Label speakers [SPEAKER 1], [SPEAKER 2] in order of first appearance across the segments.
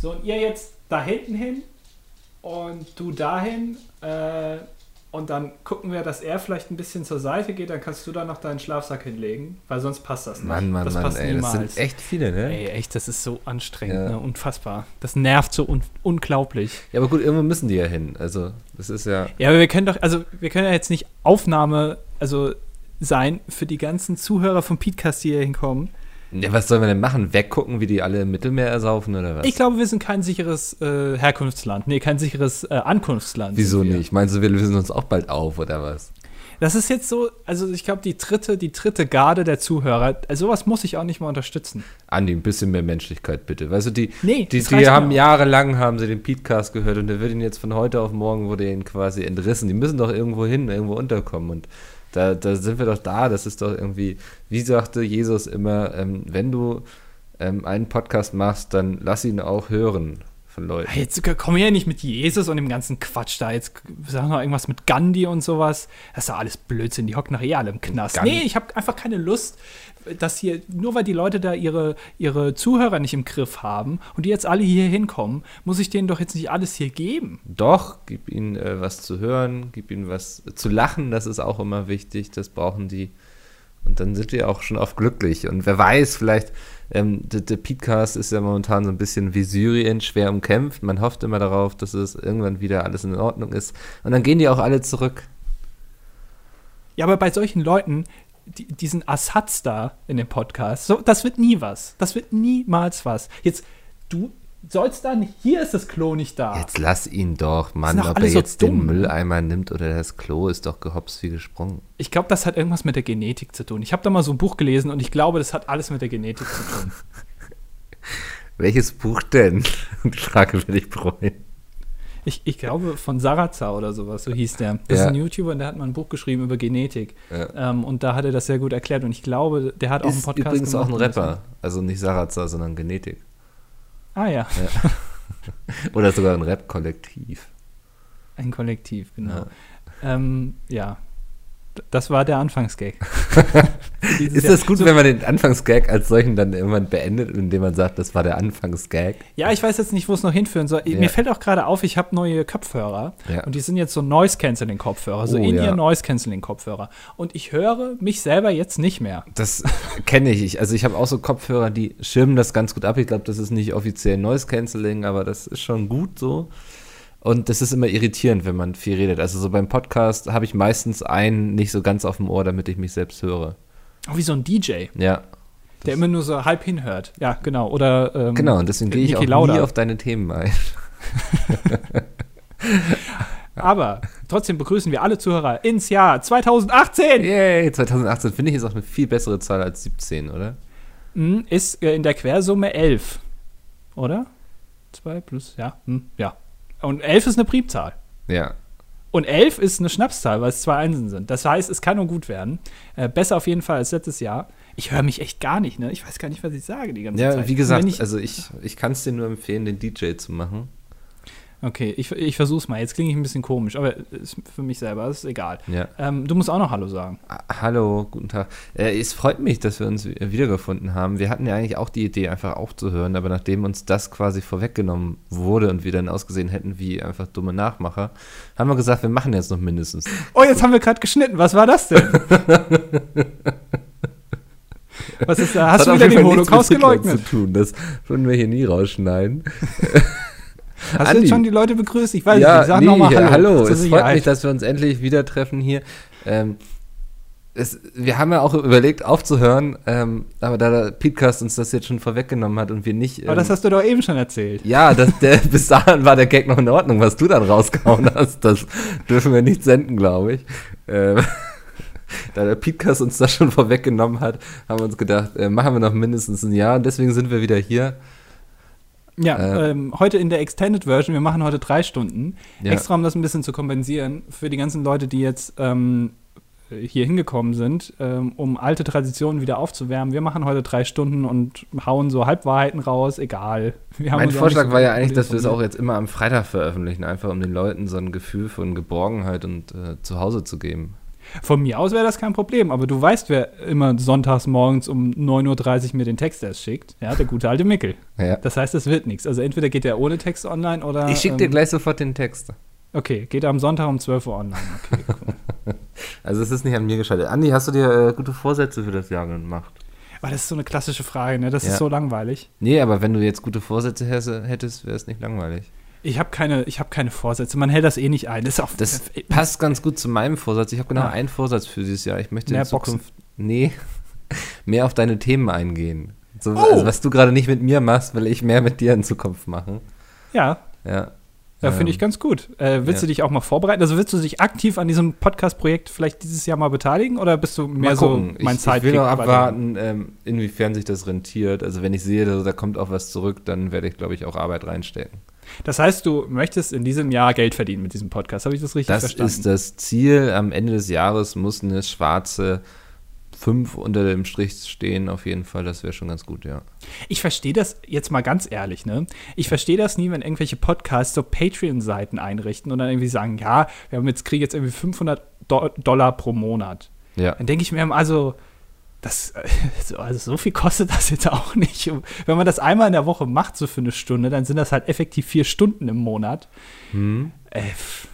[SPEAKER 1] So, und ihr jetzt da hinten hin und du dahin. Äh, und dann gucken wir, dass er vielleicht ein bisschen zur Seite geht. Dann kannst du da noch deinen Schlafsack hinlegen, weil sonst passt das nicht.
[SPEAKER 2] Mann, Mann,
[SPEAKER 1] das
[SPEAKER 2] Mann,
[SPEAKER 1] passt
[SPEAKER 2] ey,
[SPEAKER 1] niemals.
[SPEAKER 2] das sind echt viele, ne?
[SPEAKER 1] Ey, echt, das ist so anstrengend,
[SPEAKER 2] Ja.
[SPEAKER 1] ne? unfassbar. Das nervt so un unglaublich.
[SPEAKER 2] Ja, aber gut, irgendwo müssen die ja hin. Also, das ist ja.
[SPEAKER 1] Ja, aber wir können doch, also wir können ja jetzt nicht Aufnahme, also sein für die ganzen Zuhörer vom Podcast, die hier hinkommen.
[SPEAKER 2] ja was sollen wir denn machen? Weggucken, wie die alle im Mittelmeer ersaufen oder was?
[SPEAKER 1] Ich glaube, wir sind kein sicheres äh, Herkunftsland, nee, kein sicheres äh, Ankunftsland.
[SPEAKER 2] Wieso
[SPEAKER 1] sind wir.
[SPEAKER 2] nicht? Meinst du, wir lösen uns auch bald auf oder was?
[SPEAKER 1] Das ist jetzt so, also ich glaube, die dritte, die dritte Garde der Zuhörer, also sowas muss ich auch nicht mal unterstützen.
[SPEAKER 2] Andi, ein bisschen mehr Menschlichkeit bitte. Weißt du, die,
[SPEAKER 1] Nee,
[SPEAKER 2] die,
[SPEAKER 1] das reicht
[SPEAKER 2] die
[SPEAKER 1] mir
[SPEAKER 2] haben
[SPEAKER 1] auch.
[SPEAKER 2] jahrelang haben sie den Podcast gehört und der wird ihnen jetzt von heute auf morgen wurde ihnen quasi entrissen. Die müssen doch irgendwo hin, irgendwo unterkommen und da, da sind wir doch da. Das ist doch irgendwie, wie sagte Jesus immer, ähm, wenn du ähm, einen Podcast machst, dann lass ihn auch hören von Leuten.
[SPEAKER 1] Ah, Jetzt komm hier nicht mit Jesus und dem ganzen Quatsch da. Jetzt sagen wir noch irgendwas mit Gandhi und sowas. Das ist ja alles Blödsinn. Die hocken nachher eh alle im Knast.
[SPEAKER 2] Gandhi-
[SPEAKER 1] Nee, ich habe einfach keine Lust, dass hier, nur weil die Leute da ihre, ihre Zuhörer nicht im Griff haben und die jetzt alle hier hinkommen, muss ich denen doch jetzt nicht alles hier geben.
[SPEAKER 2] Doch, gib ihnen äh, was zu hören, gib ihnen was zu lachen, das ist auch immer wichtig, das brauchen die. Und dann sind wir auch schon oft glücklich. Und wer weiß, vielleicht, ähm, der, der Podcast ist ja momentan so ein bisschen wie Syrien, schwer umkämpft. Man hofft immer darauf, dass es irgendwann wieder alles in Ordnung ist. Und dann gehen die auch alle zurück.
[SPEAKER 1] Ja, aber bei solchen Leuten, die, diesen Assads da in dem Podcast, so, das wird nie was. Das wird niemals was. Jetzt, du sollst da nicht, hier ist das Klo nicht da.
[SPEAKER 2] Jetzt lass ihn doch, Mann,
[SPEAKER 1] Sind doch
[SPEAKER 2] ob
[SPEAKER 1] alle
[SPEAKER 2] er
[SPEAKER 1] so
[SPEAKER 2] jetzt den
[SPEAKER 1] dumm, ne?
[SPEAKER 2] Mülleimer nimmt oder das Klo, ist doch gehops wie gesprungen.
[SPEAKER 1] Ich glaube, das hat irgendwas mit der Genetik zu tun. Ich habe da mal so ein Buch gelesen und ich glaube, das hat alles mit der Genetik zu tun.
[SPEAKER 2] Welches Buch denn? Die Frage will ich bereuen.
[SPEAKER 1] Ich, ich glaube, von Sarazar oder sowas, so hieß der. Das
[SPEAKER 2] Ja.
[SPEAKER 1] ist ein YouTuber und der hat mal ein Buch geschrieben über Genetik.
[SPEAKER 2] Ja.
[SPEAKER 1] Ähm, und da hat er das sehr gut erklärt. Und ich glaube, der hat auch einen
[SPEAKER 2] Ist
[SPEAKER 1] Podcast
[SPEAKER 2] übrigens auch
[SPEAKER 1] gemacht
[SPEAKER 2] ein
[SPEAKER 1] und so.
[SPEAKER 2] Rapper. Also nicht Sarazar, sondern Genetik.
[SPEAKER 1] Ah ja,
[SPEAKER 2] Oder sogar ein Rap-Kollektiv.
[SPEAKER 1] ein Kollektiv, genau. Ja. Ähm, ja. D- Das war der Anfangsgag. Dieses
[SPEAKER 2] Ist
[SPEAKER 1] Jahr.
[SPEAKER 2] das gut, wenn man den Anfangsgag als solchen dann irgendwann beendet, indem man sagt, das war der Anfangsgag?
[SPEAKER 1] Ja, ich weiß jetzt nicht, wo es noch hinführen soll.
[SPEAKER 2] Ja.
[SPEAKER 1] Mir fällt auch gerade auf, ich habe neue Kopfhörer
[SPEAKER 2] Ja.
[SPEAKER 1] und die sind jetzt so Noise-Canceling-Kopfhörer, so
[SPEAKER 2] Oh,
[SPEAKER 1] in
[SPEAKER 2] ja.
[SPEAKER 1] ihr Noise-Canceling-Kopfhörer. Und ich höre mich selber jetzt nicht mehr.
[SPEAKER 2] Das kenne ich. Ich- Also ich habe auch so Kopfhörer, die schirmen das ganz gut ab. Ich glaube, das ist nicht offiziell Noise Cancelling, aber das ist schon gut so. Und das ist immer irritierend, wenn man viel redet. Also so beim Podcast habe ich meistens einen nicht so ganz auf dem Ohr, damit ich mich selbst höre.
[SPEAKER 1] Auch Oh, wie so ein DJ,
[SPEAKER 2] Ja,
[SPEAKER 1] der immer nur so halb hinhört. Ja, genau. Oder ähm,
[SPEAKER 2] genau. Und deswegen gehe ich
[SPEAKER 1] Niki
[SPEAKER 2] auch nie
[SPEAKER 1] Lauda.
[SPEAKER 2] auf deine Themen ein.
[SPEAKER 1] Aber trotzdem begrüßen wir alle Zuhörer ins Jahr 2018.
[SPEAKER 2] Yay, 2018 finde ich ist auch eine viel bessere Zahl als 17, oder?
[SPEAKER 1] Hm, Ist äh, in der Quersumme 11. Oder? 2 plus, ja. Hm, ja. Und 11 ist eine Primzahl.
[SPEAKER 2] Ja.
[SPEAKER 1] Und 11 ist eine Schnapszahl, weil es zwei Einsen sind. Das heißt, es kann nur gut werden. Äh, besser auf jeden Fall als letztes Jahr. Ich höre mich echt gar nicht, ne? Ich weiß gar nicht, was ich sage die ganze Zeit.
[SPEAKER 2] Ja, wie gesagt,
[SPEAKER 1] Wenn ich,
[SPEAKER 2] also ich, ich kann es dir nur empfehlen, den DJ zu machen.
[SPEAKER 1] okay, ich, ich versuch's mal. Jetzt klinge ich ein bisschen komisch, aber ist für mich selber ist egal.
[SPEAKER 2] Ja.
[SPEAKER 1] Ähm, du musst auch noch Hallo sagen.
[SPEAKER 2] Ah, Hallo, guten Tag. Äh, es freut mich, dass wir uns wi- wiedergefunden haben. Wir hatten ja eigentlich auch die Idee, einfach aufzuhören, aber nachdem uns das quasi vorweggenommen wurde und wir dann ausgesehen hätten wie einfach dumme Nachmacher, haben wir gesagt, wir machen jetzt noch mindestens.
[SPEAKER 1] Oh, jetzt haben wir gerade geschnitten. Was war das denn? was ist da? Hast
[SPEAKER 2] Das
[SPEAKER 1] du wieder
[SPEAKER 2] hat
[SPEAKER 1] den
[SPEAKER 2] auf jeden Fall nichts
[SPEAKER 1] Holocaust
[SPEAKER 2] mit Hitler
[SPEAKER 1] geleugnet?
[SPEAKER 2] Zu tun. Das würden wir hier nie rausschneiden.
[SPEAKER 1] Hast du
[SPEAKER 2] Andi.
[SPEAKER 1] jetzt schon die Leute begrüßt? Ich weiß
[SPEAKER 2] ja,
[SPEAKER 1] nicht. Sag
[SPEAKER 2] nee,
[SPEAKER 1] nochmal
[SPEAKER 2] ja,
[SPEAKER 1] Hallo.
[SPEAKER 2] hallo.
[SPEAKER 1] Zur
[SPEAKER 2] Es freut
[SPEAKER 1] Sicherheit.
[SPEAKER 2] mich, dass wir uns endlich wieder treffen hier. Ähm, es, wir haben ja auch überlegt, aufzuhören, ähm, aber da der Podcast uns das jetzt schon vorweggenommen hat und wir nicht. Ähm,
[SPEAKER 1] Aber das hast du doch eben schon erzählt.
[SPEAKER 2] ja, das, der, bis dahin war der Gag noch in Ordnung. Was du dann rausgehauen hast, das dürfen wir nicht senden, glaube ich. Ähm, da der Podcast uns das schon vorweggenommen hat, haben wir uns gedacht, äh, machen wir noch mindestens ein Jahr. Und deswegen sind wir wieder hier.
[SPEAKER 1] Ja,
[SPEAKER 2] Äh,
[SPEAKER 1] ähm, heute in der Extended Version, wir machen heute drei Stunden.
[SPEAKER 2] Ja.
[SPEAKER 1] Extra, um das ein bisschen zu kompensieren, für die ganzen Leute, die jetzt ähm, hier hingekommen sind, ähm, um alte Traditionen wieder aufzuwärmen. Wir machen heute drei Stunden und hauen so Halbwahrheiten raus, egal. Wir haben
[SPEAKER 2] Mein
[SPEAKER 1] uns auch
[SPEAKER 2] Vorschlag
[SPEAKER 1] nicht so
[SPEAKER 2] war ja
[SPEAKER 1] gut
[SPEAKER 2] eigentlich, dass wir es auch
[SPEAKER 1] informiert.
[SPEAKER 2] jetzt immer am Freitag veröffentlichen, einfach um den Leuten so ein Gefühl von Geborgenheit und äh, Zuhause zu geben.
[SPEAKER 1] Von mir aus wäre das kein Problem, aber du weißt, wer immer sonntags morgens um 9.30 Uhr mir den Text erst schickt. Ja, der gute alte Mickel.
[SPEAKER 2] Ja.
[SPEAKER 1] Das heißt, es wird nichts. Also entweder geht er ohne Text online oder. ähm,
[SPEAKER 2] Ich schicke dir gleich sofort den Text.
[SPEAKER 1] Okay, geht am Sonntag um 12 Uhr online. Okay, cool.
[SPEAKER 2] Also es ist nicht an mir gescheitert. Andi, hast du dir äh, gute Vorsätze für das Jahr gemacht?
[SPEAKER 1] Weil das ist so eine klassische Frage, ne? Das
[SPEAKER 2] Ja.
[SPEAKER 1] ist so langweilig.
[SPEAKER 2] Nee, aber wenn du jetzt gute Vorsätze hässe- hättest, wäre es nicht langweilig.
[SPEAKER 1] Ich habe keine, ich hab keine Vorsätze. Man hält das eh nicht ein. Das ist auch.
[SPEAKER 2] Das passt ganz gut zu meinem Vorsatz. Ich habe genau
[SPEAKER 1] Ja.
[SPEAKER 2] einen Vorsatz für dieses Jahr. Ich möchte
[SPEAKER 1] Mehr
[SPEAKER 2] in Zukunft nee, mehr auf deine Themen eingehen. So,
[SPEAKER 1] Oh.
[SPEAKER 2] also, was du gerade nicht mit mir machst, will ich mehr mit dir in Zukunft machen.
[SPEAKER 1] ja,
[SPEAKER 2] Ja.
[SPEAKER 1] ja finde ich
[SPEAKER 2] Ähm,
[SPEAKER 1] ganz gut. Äh, willst du
[SPEAKER 2] ja.
[SPEAKER 1] dich auch mal vorbereiten? Also willst du dich aktiv an diesem Podcast-Projekt vielleicht dieses Jahr mal beteiligen oder bist du
[SPEAKER 2] Mal
[SPEAKER 1] mehr so
[SPEAKER 2] gucken.
[SPEAKER 1] mein
[SPEAKER 2] ich, ich will
[SPEAKER 1] Sidekick
[SPEAKER 2] noch
[SPEAKER 1] bei dem-
[SPEAKER 2] abwarten, ähm, inwiefern sich das rentiert. Also wenn ich sehe, da, da kommt auch was zurück, dann werde ich, glaube ich, auch Arbeit reinstecken.
[SPEAKER 1] Das heißt, du möchtest in diesem Jahr Geld verdienen mit diesem Podcast. Habe ich das richtig
[SPEAKER 2] Das
[SPEAKER 1] verstanden?
[SPEAKER 2] ist das Ziel. Am Ende des Jahres muss eine schwarze 5 unter dem Strich stehen, auf jeden Fall. Das wäre schon ganz gut, ja.
[SPEAKER 1] Ich verstehe das jetzt mal ganz ehrlich, ne? Ich verstehe das nie, wenn irgendwelche Podcasts so Patreon-Seiten einrichten und dann irgendwie sagen, ja, wir haben jetzt kriegen jetzt irgendwie 500 Do Dollar pro Monat.
[SPEAKER 2] Ja.
[SPEAKER 1] Dann denke ich mir, also das, also also so viel kostet das jetzt auch nicht. Wenn man das einmal in der Woche macht, so für eine Stunde, dann sind das halt effektiv vier Stunden im Monat. Äh, pff.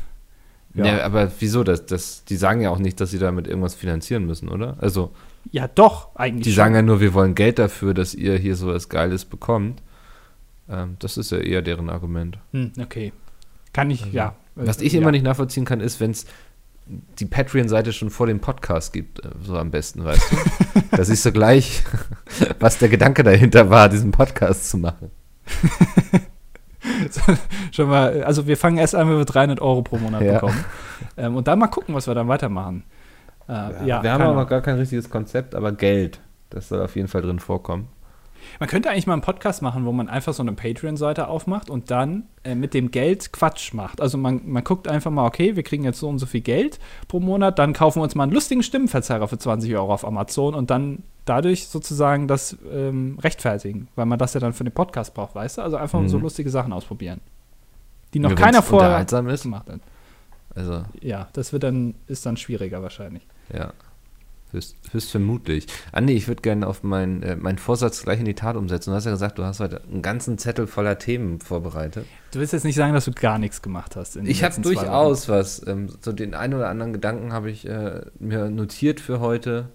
[SPEAKER 2] Ja.
[SPEAKER 1] Ja.
[SPEAKER 2] aber wieso? Das, das, die sagen ja auch nicht, dass sie damit irgendwas finanzieren müssen, oder? Also,
[SPEAKER 1] ja, doch, eigentlich.
[SPEAKER 2] die
[SPEAKER 1] schon.
[SPEAKER 2] sagen ja nur, wir wollen Geld dafür, dass ihr hier so was Geiles bekommt. Ähm, das ist ja eher deren Argument.
[SPEAKER 1] Hm, okay. Kann ich, ja.
[SPEAKER 2] Also, Was ich
[SPEAKER 1] ja.
[SPEAKER 2] immer nicht nachvollziehen kann, ist, wenn es die Patreon-Seite schon vor dem Podcast gibt, äh, so am besten, weißt du. da siehst du gleich, was der Gedanke dahinter war, diesen Podcast zu machen.
[SPEAKER 1] Schon mal, also wir fangen erst an, wenn wir 300 Euro pro Monat
[SPEAKER 2] Ja.
[SPEAKER 1] bekommen. Ähm, und dann mal gucken, was wir dann weitermachen. Äh, ja,
[SPEAKER 2] wir haben
[SPEAKER 1] keine
[SPEAKER 2] auch noch
[SPEAKER 1] Ahnung.
[SPEAKER 2] gar kein richtiges Konzept, aber Geld, das soll auf jeden Fall drin vorkommen.
[SPEAKER 1] man könnte eigentlich mal einen Podcast machen, wo man einfach so eine Patreon-Seite aufmacht und dann äh, mit dem Geld Quatsch macht. Also man, man guckt einfach mal, okay, wir kriegen jetzt so und so viel Geld pro Monat, dann kaufen wir uns mal einen lustigen Stimmenverzerrer für 20 Euro auf Amazon und dann dadurch sozusagen das ähm, rechtfertigen, weil man das ja dann für den Podcast braucht, weißt du? Also einfach so
[SPEAKER 2] Mhm.
[SPEAKER 1] lustige Sachen ausprobieren, die noch
[SPEAKER 2] Nur wenn's
[SPEAKER 1] keiner vorher
[SPEAKER 2] unterhaltsam ist.
[SPEAKER 1] gemacht hat.
[SPEAKER 2] Also,
[SPEAKER 1] Ja, das wird dann, ist dann schwieriger wahrscheinlich.
[SPEAKER 2] Ja. Höchst, höchst vermutlich. Andi, ich würde gerne auf meinen äh, meinen Vorsatz gleich in die Tat umsetzen. Du hast ja gesagt, du hast heute einen ganzen Zettel voller Themen vorbereitet.
[SPEAKER 1] Du willst jetzt nicht sagen, dass du gar nichts gemacht hast. in den
[SPEAKER 2] Ich habe
[SPEAKER 1] letzten zwei
[SPEAKER 2] durchaus was. Ähm, so den einen oder anderen Gedanken habe ich äh, mir notiert für heute.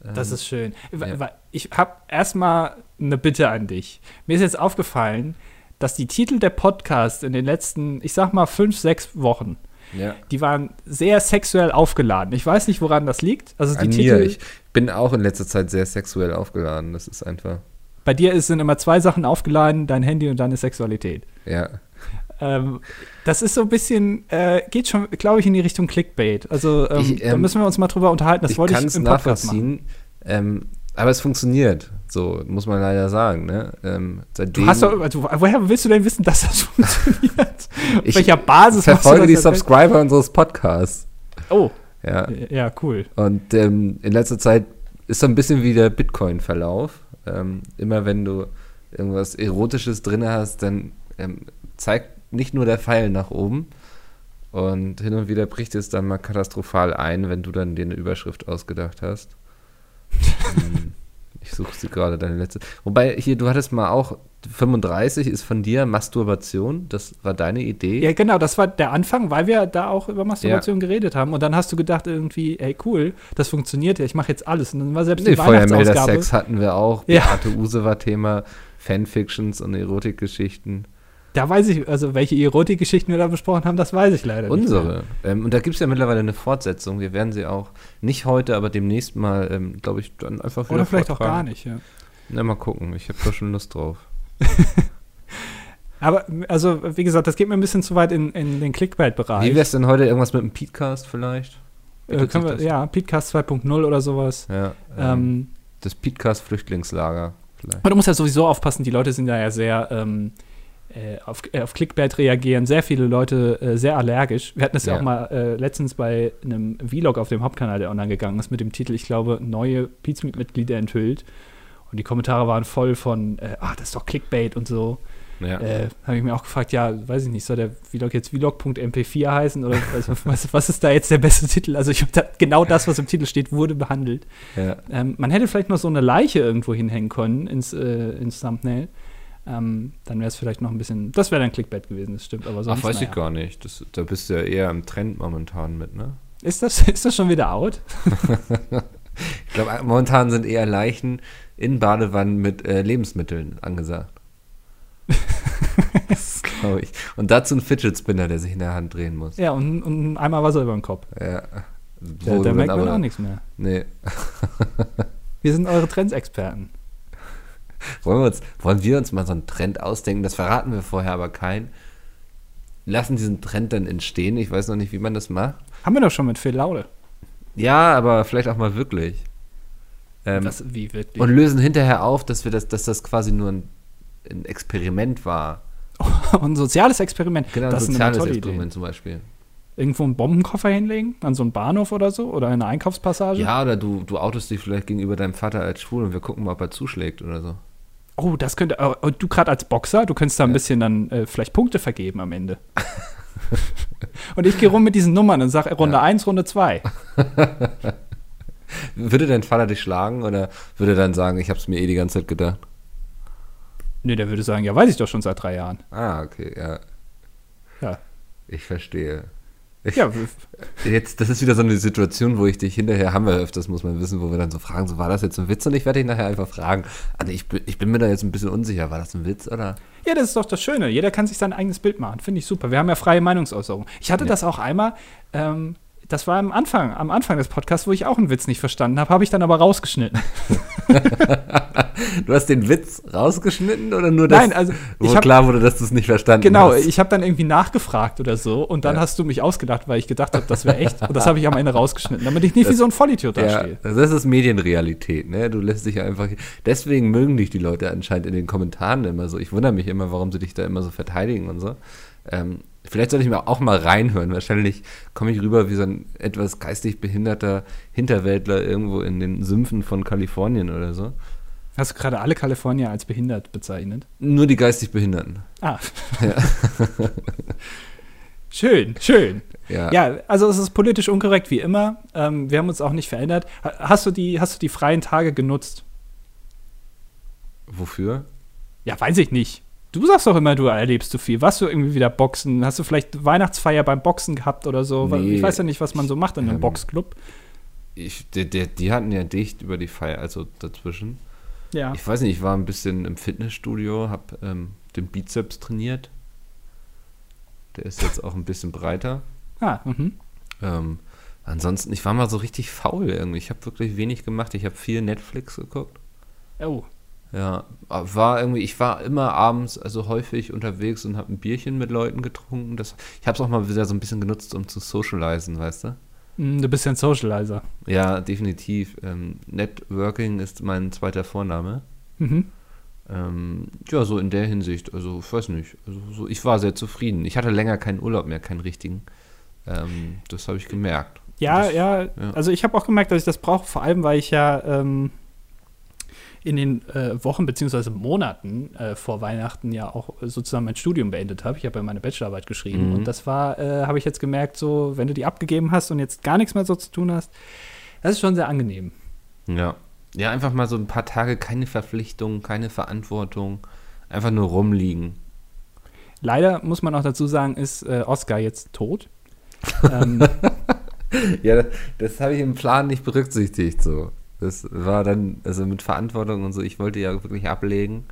[SPEAKER 2] Ähm,
[SPEAKER 1] Wochen. Das ist schön. Wa-
[SPEAKER 2] ja.
[SPEAKER 1] wa- Ich habe erstmal eine Bitte an dich. Mir ist jetzt aufgefallen, dass die Titel der Podcasts in den letzten, ich sag mal, fünf, sechs Wochen,
[SPEAKER 2] ja.
[SPEAKER 1] die waren sehr sexuell aufgeladen. Ich weiß nicht, woran das liegt. Also die
[SPEAKER 2] An
[SPEAKER 1] Titel
[SPEAKER 2] mir. Ich bin auch in letzter Zeit sehr sexuell aufgeladen. Das ist einfach.
[SPEAKER 1] bei dir ist, sind immer zwei Sachen aufgeladen, dein Handy und deine Sexualität.
[SPEAKER 2] Ja.
[SPEAKER 1] Ähm, das ist so ein bisschen, äh, geht schon, glaube ich, in die Richtung Clickbait. Also ähm,
[SPEAKER 2] Ich, ähm,
[SPEAKER 1] da müssen wir uns mal drüber unterhalten. Das
[SPEAKER 2] ich
[SPEAKER 1] wollte
[SPEAKER 2] kann
[SPEAKER 1] ich
[SPEAKER 2] es
[SPEAKER 1] im Podcast machen.
[SPEAKER 2] nachvollziehen. Ähm, aber es funktioniert. So, muss man leider sagen. Ne? Ähm,
[SPEAKER 1] Du hast doch, du, woher willst du denn wissen, dass das funktioniert? Auf
[SPEAKER 2] Ich
[SPEAKER 1] welcher Basis
[SPEAKER 2] verfolge
[SPEAKER 1] machst du
[SPEAKER 2] die
[SPEAKER 1] das denn?
[SPEAKER 2] Subscriber unseres Podcasts.
[SPEAKER 1] Oh,
[SPEAKER 2] Ja.
[SPEAKER 1] ja, cool.
[SPEAKER 2] Und ähm, in letzter Zeit ist so ein bisschen wie der Bitcoin-Verlauf. Ähm, immer wenn du irgendwas Erotisches drin hast, dann ähm, zeigt nicht nur der Pfeil nach oben. Und hin und wieder bricht es dann mal katastrophal ein, wenn du dann dir eine Überschrift ausgedacht hast. ähm, ich suche sie gerade, deine letzte. Wobei, hier, du hattest mal auch 35 ist von dir Masturbation. Das war deine Idee.
[SPEAKER 1] Ja, genau, das war der Anfang, weil wir da auch über Masturbation geredet haben. Und dann hast du gedacht irgendwie, ey, cool, das funktioniert ja, ich mache jetzt alles. Und dann war selbst
[SPEAKER 2] Nee,
[SPEAKER 1] die Weihnachtsausgabe.
[SPEAKER 2] Feuermelder-Sex hatten wir auch.
[SPEAKER 1] Ja.
[SPEAKER 2] Beate Use war Thema. Fanfictions und Erotikgeschichten.
[SPEAKER 1] Da weiß ich, also welche Erotikgeschichten wir da besprochen haben, das weiß ich leider nicht.
[SPEAKER 2] Unsere. Ähm, und da gibt es ja mittlerweile eine Fortsetzung. Wir werden sie auch nicht heute, aber demnächst mal, ähm, glaube ich, dann einfach wieder
[SPEAKER 1] Oder vielleicht auch
[SPEAKER 2] vortragen.
[SPEAKER 1] gar nicht, ja.
[SPEAKER 2] Na, mal gucken. Ich habe da schon Lust drauf.
[SPEAKER 1] Aber, also, wie gesagt, das geht mir ein bisschen zu weit in, in den Clickbait-Bereich.
[SPEAKER 2] Wie wär's denn heute? Irgendwas mit einem Podcast vielleicht?
[SPEAKER 1] Äh, können wir,
[SPEAKER 2] das?
[SPEAKER 1] ja, Podcast 2.0 oder sowas.
[SPEAKER 2] Ja, ähm,
[SPEAKER 1] Ähm,
[SPEAKER 2] das Podcast-Flüchtlingslager vielleicht.
[SPEAKER 1] aber du musst ja sowieso aufpassen, die Leute sind da ja sehr ähm, äh, auf, äh, auf Clickbait reagieren, sehr viele Leute äh, sehr allergisch. Wir hatten es ja,
[SPEAKER 2] Ja.
[SPEAKER 1] auch mal äh, letztens bei einem Vlog auf dem Hauptkanal, der online gegangen ist, mit dem Titel, ich glaube, neue Pizmeet-Mitglieder enthüllt. Und die Kommentare waren voll von, äh, ah, das ist doch Clickbait und so.
[SPEAKER 2] Ja.
[SPEAKER 1] Äh, Habe ich mir auch gefragt, ja, weiß ich nicht, soll der Vlog jetzt Vlog.mp4 heißen oder also, was, was ist da jetzt der beste Titel? Also ich habe da genau das, was im Titel steht, wurde behandelt.
[SPEAKER 2] ja.
[SPEAKER 1] Ähm, man hätte vielleicht noch so eine Leiche irgendwo hinhängen können ins, äh, ins Thumbnail. Ähm, dann wäre es vielleicht noch ein bisschen, das wäre dann Clickbait gewesen, das stimmt, aber sonst.
[SPEAKER 2] Ach, weiß
[SPEAKER 1] naja.
[SPEAKER 2] ich gar nicht. Das, da bist du ja eher im Trend momentan mit, ne?
[SPEAKER 1] Ist das, ist das schon wieder out?
[SPEAKER 2] Ich glaube, momentan sind eher Leichen in Badewannen mit äh, Lebensmitteln angesagt. das glaube ich. Und dazu ein Fidget Spinner, der sich in der Hand drehen muss.
[SPEAKER 1] Ja, und, und einmal Wasser über den Kopf.
[SPEAKER 2] Ja. Wo
[SPEAKER 1] Da,
[SPEAKER 2] du
[SPEAKER 1] da
[SPEAKER 2] dann
[SPEAKER 1] merkt man
[SPEAKER 2] aber-
[SPEAKER 1] auch nichts mehr.
[SPEAKER 2] Nee.
[SPEAKER 1] Wir sind eure Trendsexperten.
[SPEAKER 2] Wollen wir, uns, wollen wir uns mal so einen Trend ausdenken? Das verraten wir vorher aber keinen. Lassen diesen Trend dann entstehen. Ich weiß noch nicht, wie man das macht.
[SPEAKER 1] Haben wir doch schon mit Phil Laude.
[SPEAKER 2] Ja, aber vielleicht auch mal wirklich. Ähm,
[SPEAKER 1] Was, wie wirklich?
[SPEAKER 2] und lösen hinterher auf, dass wir das, dass das quasi nur ein, ein Experiment war.
[SPEAKER 1] Und ein soziales Experiment.
[SPEAKER 2] Genau,
[SPEAKER 1] das ist
[SPEAKER 2] ein
[SPEAKER 1] eine
[SPEAKER 2] soziales
[SPEAKER 1] tolle
[SPEAKER 2] Experiment zum Beispiel.
[SPEAKER 1] Idee. Irgendwo einen Bombenkoffer hinlegen, an so einen Bahnhof oder so oder in eine Einkaufspassage.
[SPEAKER 2] Ja, oder du, du outest dich vielleicht gegenüber deinem Vater als schwul und wir gucken mal, ob er zuschlägt oder so.
[SPEAKER 1] Oh, das könnte. oh, Und du gerade als Boxer, du könntest da ein bisschen dann äh, vielleicht Punkte vergeben am Ende. und ich gehe rum mit diesen Nummern und sage Runde
[SPEAKER 2] Ja.
[SPEAKER 1] 1, Runde 2.
[SPEAKER 2] Würde dein Vater dich schlagen oder würde er dann sagen, ich habe es mir eh die ganze Zeit gedacht?
[SPEAKER 1] Nee, der würde sagen, ja, weiß ich doch schon seit drei Jahren.
[SPEAKER 2] Ah, okay, ja.
[SPEAKER 1] Ja.
[SPEAKER 2] Ich verstehe. Ich,
[SPEAKER 1] Ja, w-
[SPEAKER 2] Jetzt, das ist wieder so eine Situation, wo ich dich hinterher, haben wir öfters, muss man wissen, wo wir dann so fragen, so war das jetzt ein Witz und ich werde dich nachher einfach fragen. Also ich, bin- ich bin mir da jetzt ein bisschen unsicher, war das ein Witz oder?
[SPEAKER 1] Ja, das ist doch das Schöne. Jeder kann sich sein eigenes Bild machen. Finde ich super. Wir haben ja freie Meinungsäußerung. Ich hatte
[SPEAKER 2] Ja.
[SPEAKER 1] das auch einmal, ähm, das war am Anfang, am Anfang des Podcasts, wo ich auch einen Witz nicht verstanden habe, habe ich dann aber rausgeschnitten.
[SPEAKER 2] Du hast den Witz rausgeschnitten oder nur das,
[SPEAKER 1] Nein, also
[SPEAKER 2] wo
[SPEAKER 1] ich habe
[SPEAKER 2] klar wurde, dass du es nicht verstanden
[SPEAKER 1] genau,
[SPEAKER 2] hast?
[SPEAKER 1] ich habe dann irgendwie nachgefragt oder so und dann
[SPEAKER 2] Ja.
[SPEAKER 1] hast du mich ausgedacht, weil ich gedacht habe, das wäre echt. Und das habe ich am Ende rausgeschnitten, damit ich nicht wie so ein Vollidiot
[SPEAKER 2] Ja,
[SPEAKER 1] dastehe.
[SPEAKER 2] also das ist Medienrealität, ne? Du lässt dich einfach. Deswegen mögen dich die Leute anscheinend in den Kommentaren immer so. Ich wundere mich immer, warum sie dich da immer so verteidigen und so. Ähm, vielleicht sollte ich mir auch mal reinhören. Wahrscheinlich komme ich rüber wie so ein etwas geistig behinderter Hinterwäldler irgendwo in den Sümpfen von Kalifornien oder so.
[SPEAKER 1] Hast du gerade alle Kalifornier als behindert bezeichnet?
[SPEAKER 2] Nur die geistig Behinderten.
[SPEAKER 1] Ah. schön, schön.
[SPEAKER 2] Ja.
[SPEAKER 1] Ja, also es ist politisch unkorrekt wie immer. Ähm, wir haben uns auch nicht verändert. Ha- Hast du die, hast du die freien Tage genutzt?
[SPEAKER 2] Wofür?
[SPEAKER 1] Ja, weiß ich nicht. Du sagst doch immer, du erlebst zu viel. Warst du irgendwie wieder Boxen? Hast du vielleicht Weihnachtsfeier beim Boxen gehabt oder so? Weil
[SPEAKER 2] Nee.
[SPEAKER 1] Ich weiß ja nicht, was man so macht in einem
[SPEAKER 2] Ähm.
[SPEAKER 1] Boxclub.
[SPEAKER 2] Ich, die, die, die hatten ja dicht über die Feier, also dazwischen.
[SPEAKER 1] Ja.
[SPEAKER 2] Ich weiß nicht, ich war ein bisschen im Fitnessstudio, habe ähm, den Bizeps trainiert. Der ist jetzt auch ein bisschen breiter.
[SPEAKER 1] Ah, mhm.
[SPEAKER 2] Ähm, ansonsten, ich war mal so richtig faul irgendwie. Ich habe wirklich wenig gemacht. Ich habe viel Netflix geguckt.
[SPEAKER 1] Oh.
[SPEAKER 2] Ja, aber war irgendwie, ich war immer abends, also häufig unterwegs und habe ein Bierchen mit Leuten getrunken. Das, ich habe es auch mal wieder so ein bisschen genutzt, um zu socialisen, weißt du?
[SPEAKER 1] Hm, Du bist ja ein Socializer.
[SPEAKER 2] Ja, definitiv. Ähm, Networking ist mein zweiter Vorname.
[SPEAKER 1] Mhm.
[SPEAKER 2] Ähm, ja, so in der Hinsicht. Also, ich weiß nicht. Also, so, ich war sehr zufrieden. Ich hatte länger keinen Urlaub mehr, keinen richtigen. Ähm, das habe ich gemerkt.
[SPEAKER 1] Ja,
[SPEAKER 2] Das-
[SPEAKER 1] ja,
[SPEAKER 2] ja.
[SPEAKER 1] Also ich habe auch gemerkt, dass ich das brauche, vor allem weil ich ja ähm, in den äh, Wochen bzw. Monaten äh, vor Weihnachten ja auch sozusagen mein Studium beendet habe. Ich habe ja meine Bachelorarbeit geschrieben
[SPEAKER 2] Mhm.
[SPEAKER 1] und das war, äh, habe ich jetzt gemerkt, so wenn du die abgegeben hast und jetzt gar nichts mehr so zu tun hast, das ist schon sehr angenehm.
[SPEAKER 2] Ja. Ja, einfach mal so ein paar Tage keine Verpflichtung, keine Verantwortung. Einfach nur rumliegen.
[SPEAKER 1] Leider muss man auch dazu sagen, ist äh, Oscar jetzt tot. ähm,
[SPEAKER 2] Ja, das, habe ich im Plan nicht berücksichtigt. So. Das war dann, also mit Verantwortung und so. Ich wollte ja wirklich ablegen.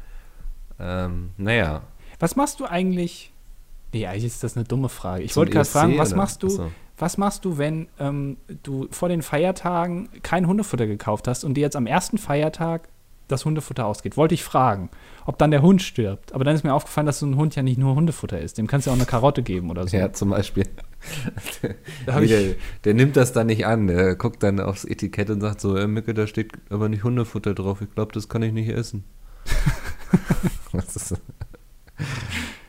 [SPEAKER 2] Ähm, naja.
[SPEAKER 1] was machst du eigentlich? Nee, eigentlich ist das eine dumme Frage. Ich wollte
[SPEAKER 2] E
[SPEAKER 1] gerade fragen, was machst du? Was machst du, wenn ähm, du vor den Feiertagen kein Hundefutter gekauft hast und dir jetzt am ersten Feiertag das Hundefutter ausgeht? Wollte ich fragen, ob dann der Hund stirbt. Aber dann ist mir aufgefallen, dass so ein Hund ja nicht nur Hundefutter ist. Dem kannst du ja auch eine Karotte geben oder so.
[SPEAKER 2] Ja, zum Beispiel.
[SPEAKER 1] da hab
[SPEAKER 2] Nee,
[SPEAKER 1] ich,
[SPEAKER 2] der, der nimmt das dann nicht an. Der guckt dann aufs Etikett und sagt so, äh, Micke, da steht aber nicht Hundefutter drauf. Ich glaube, das kann ich nicht essen. das ist,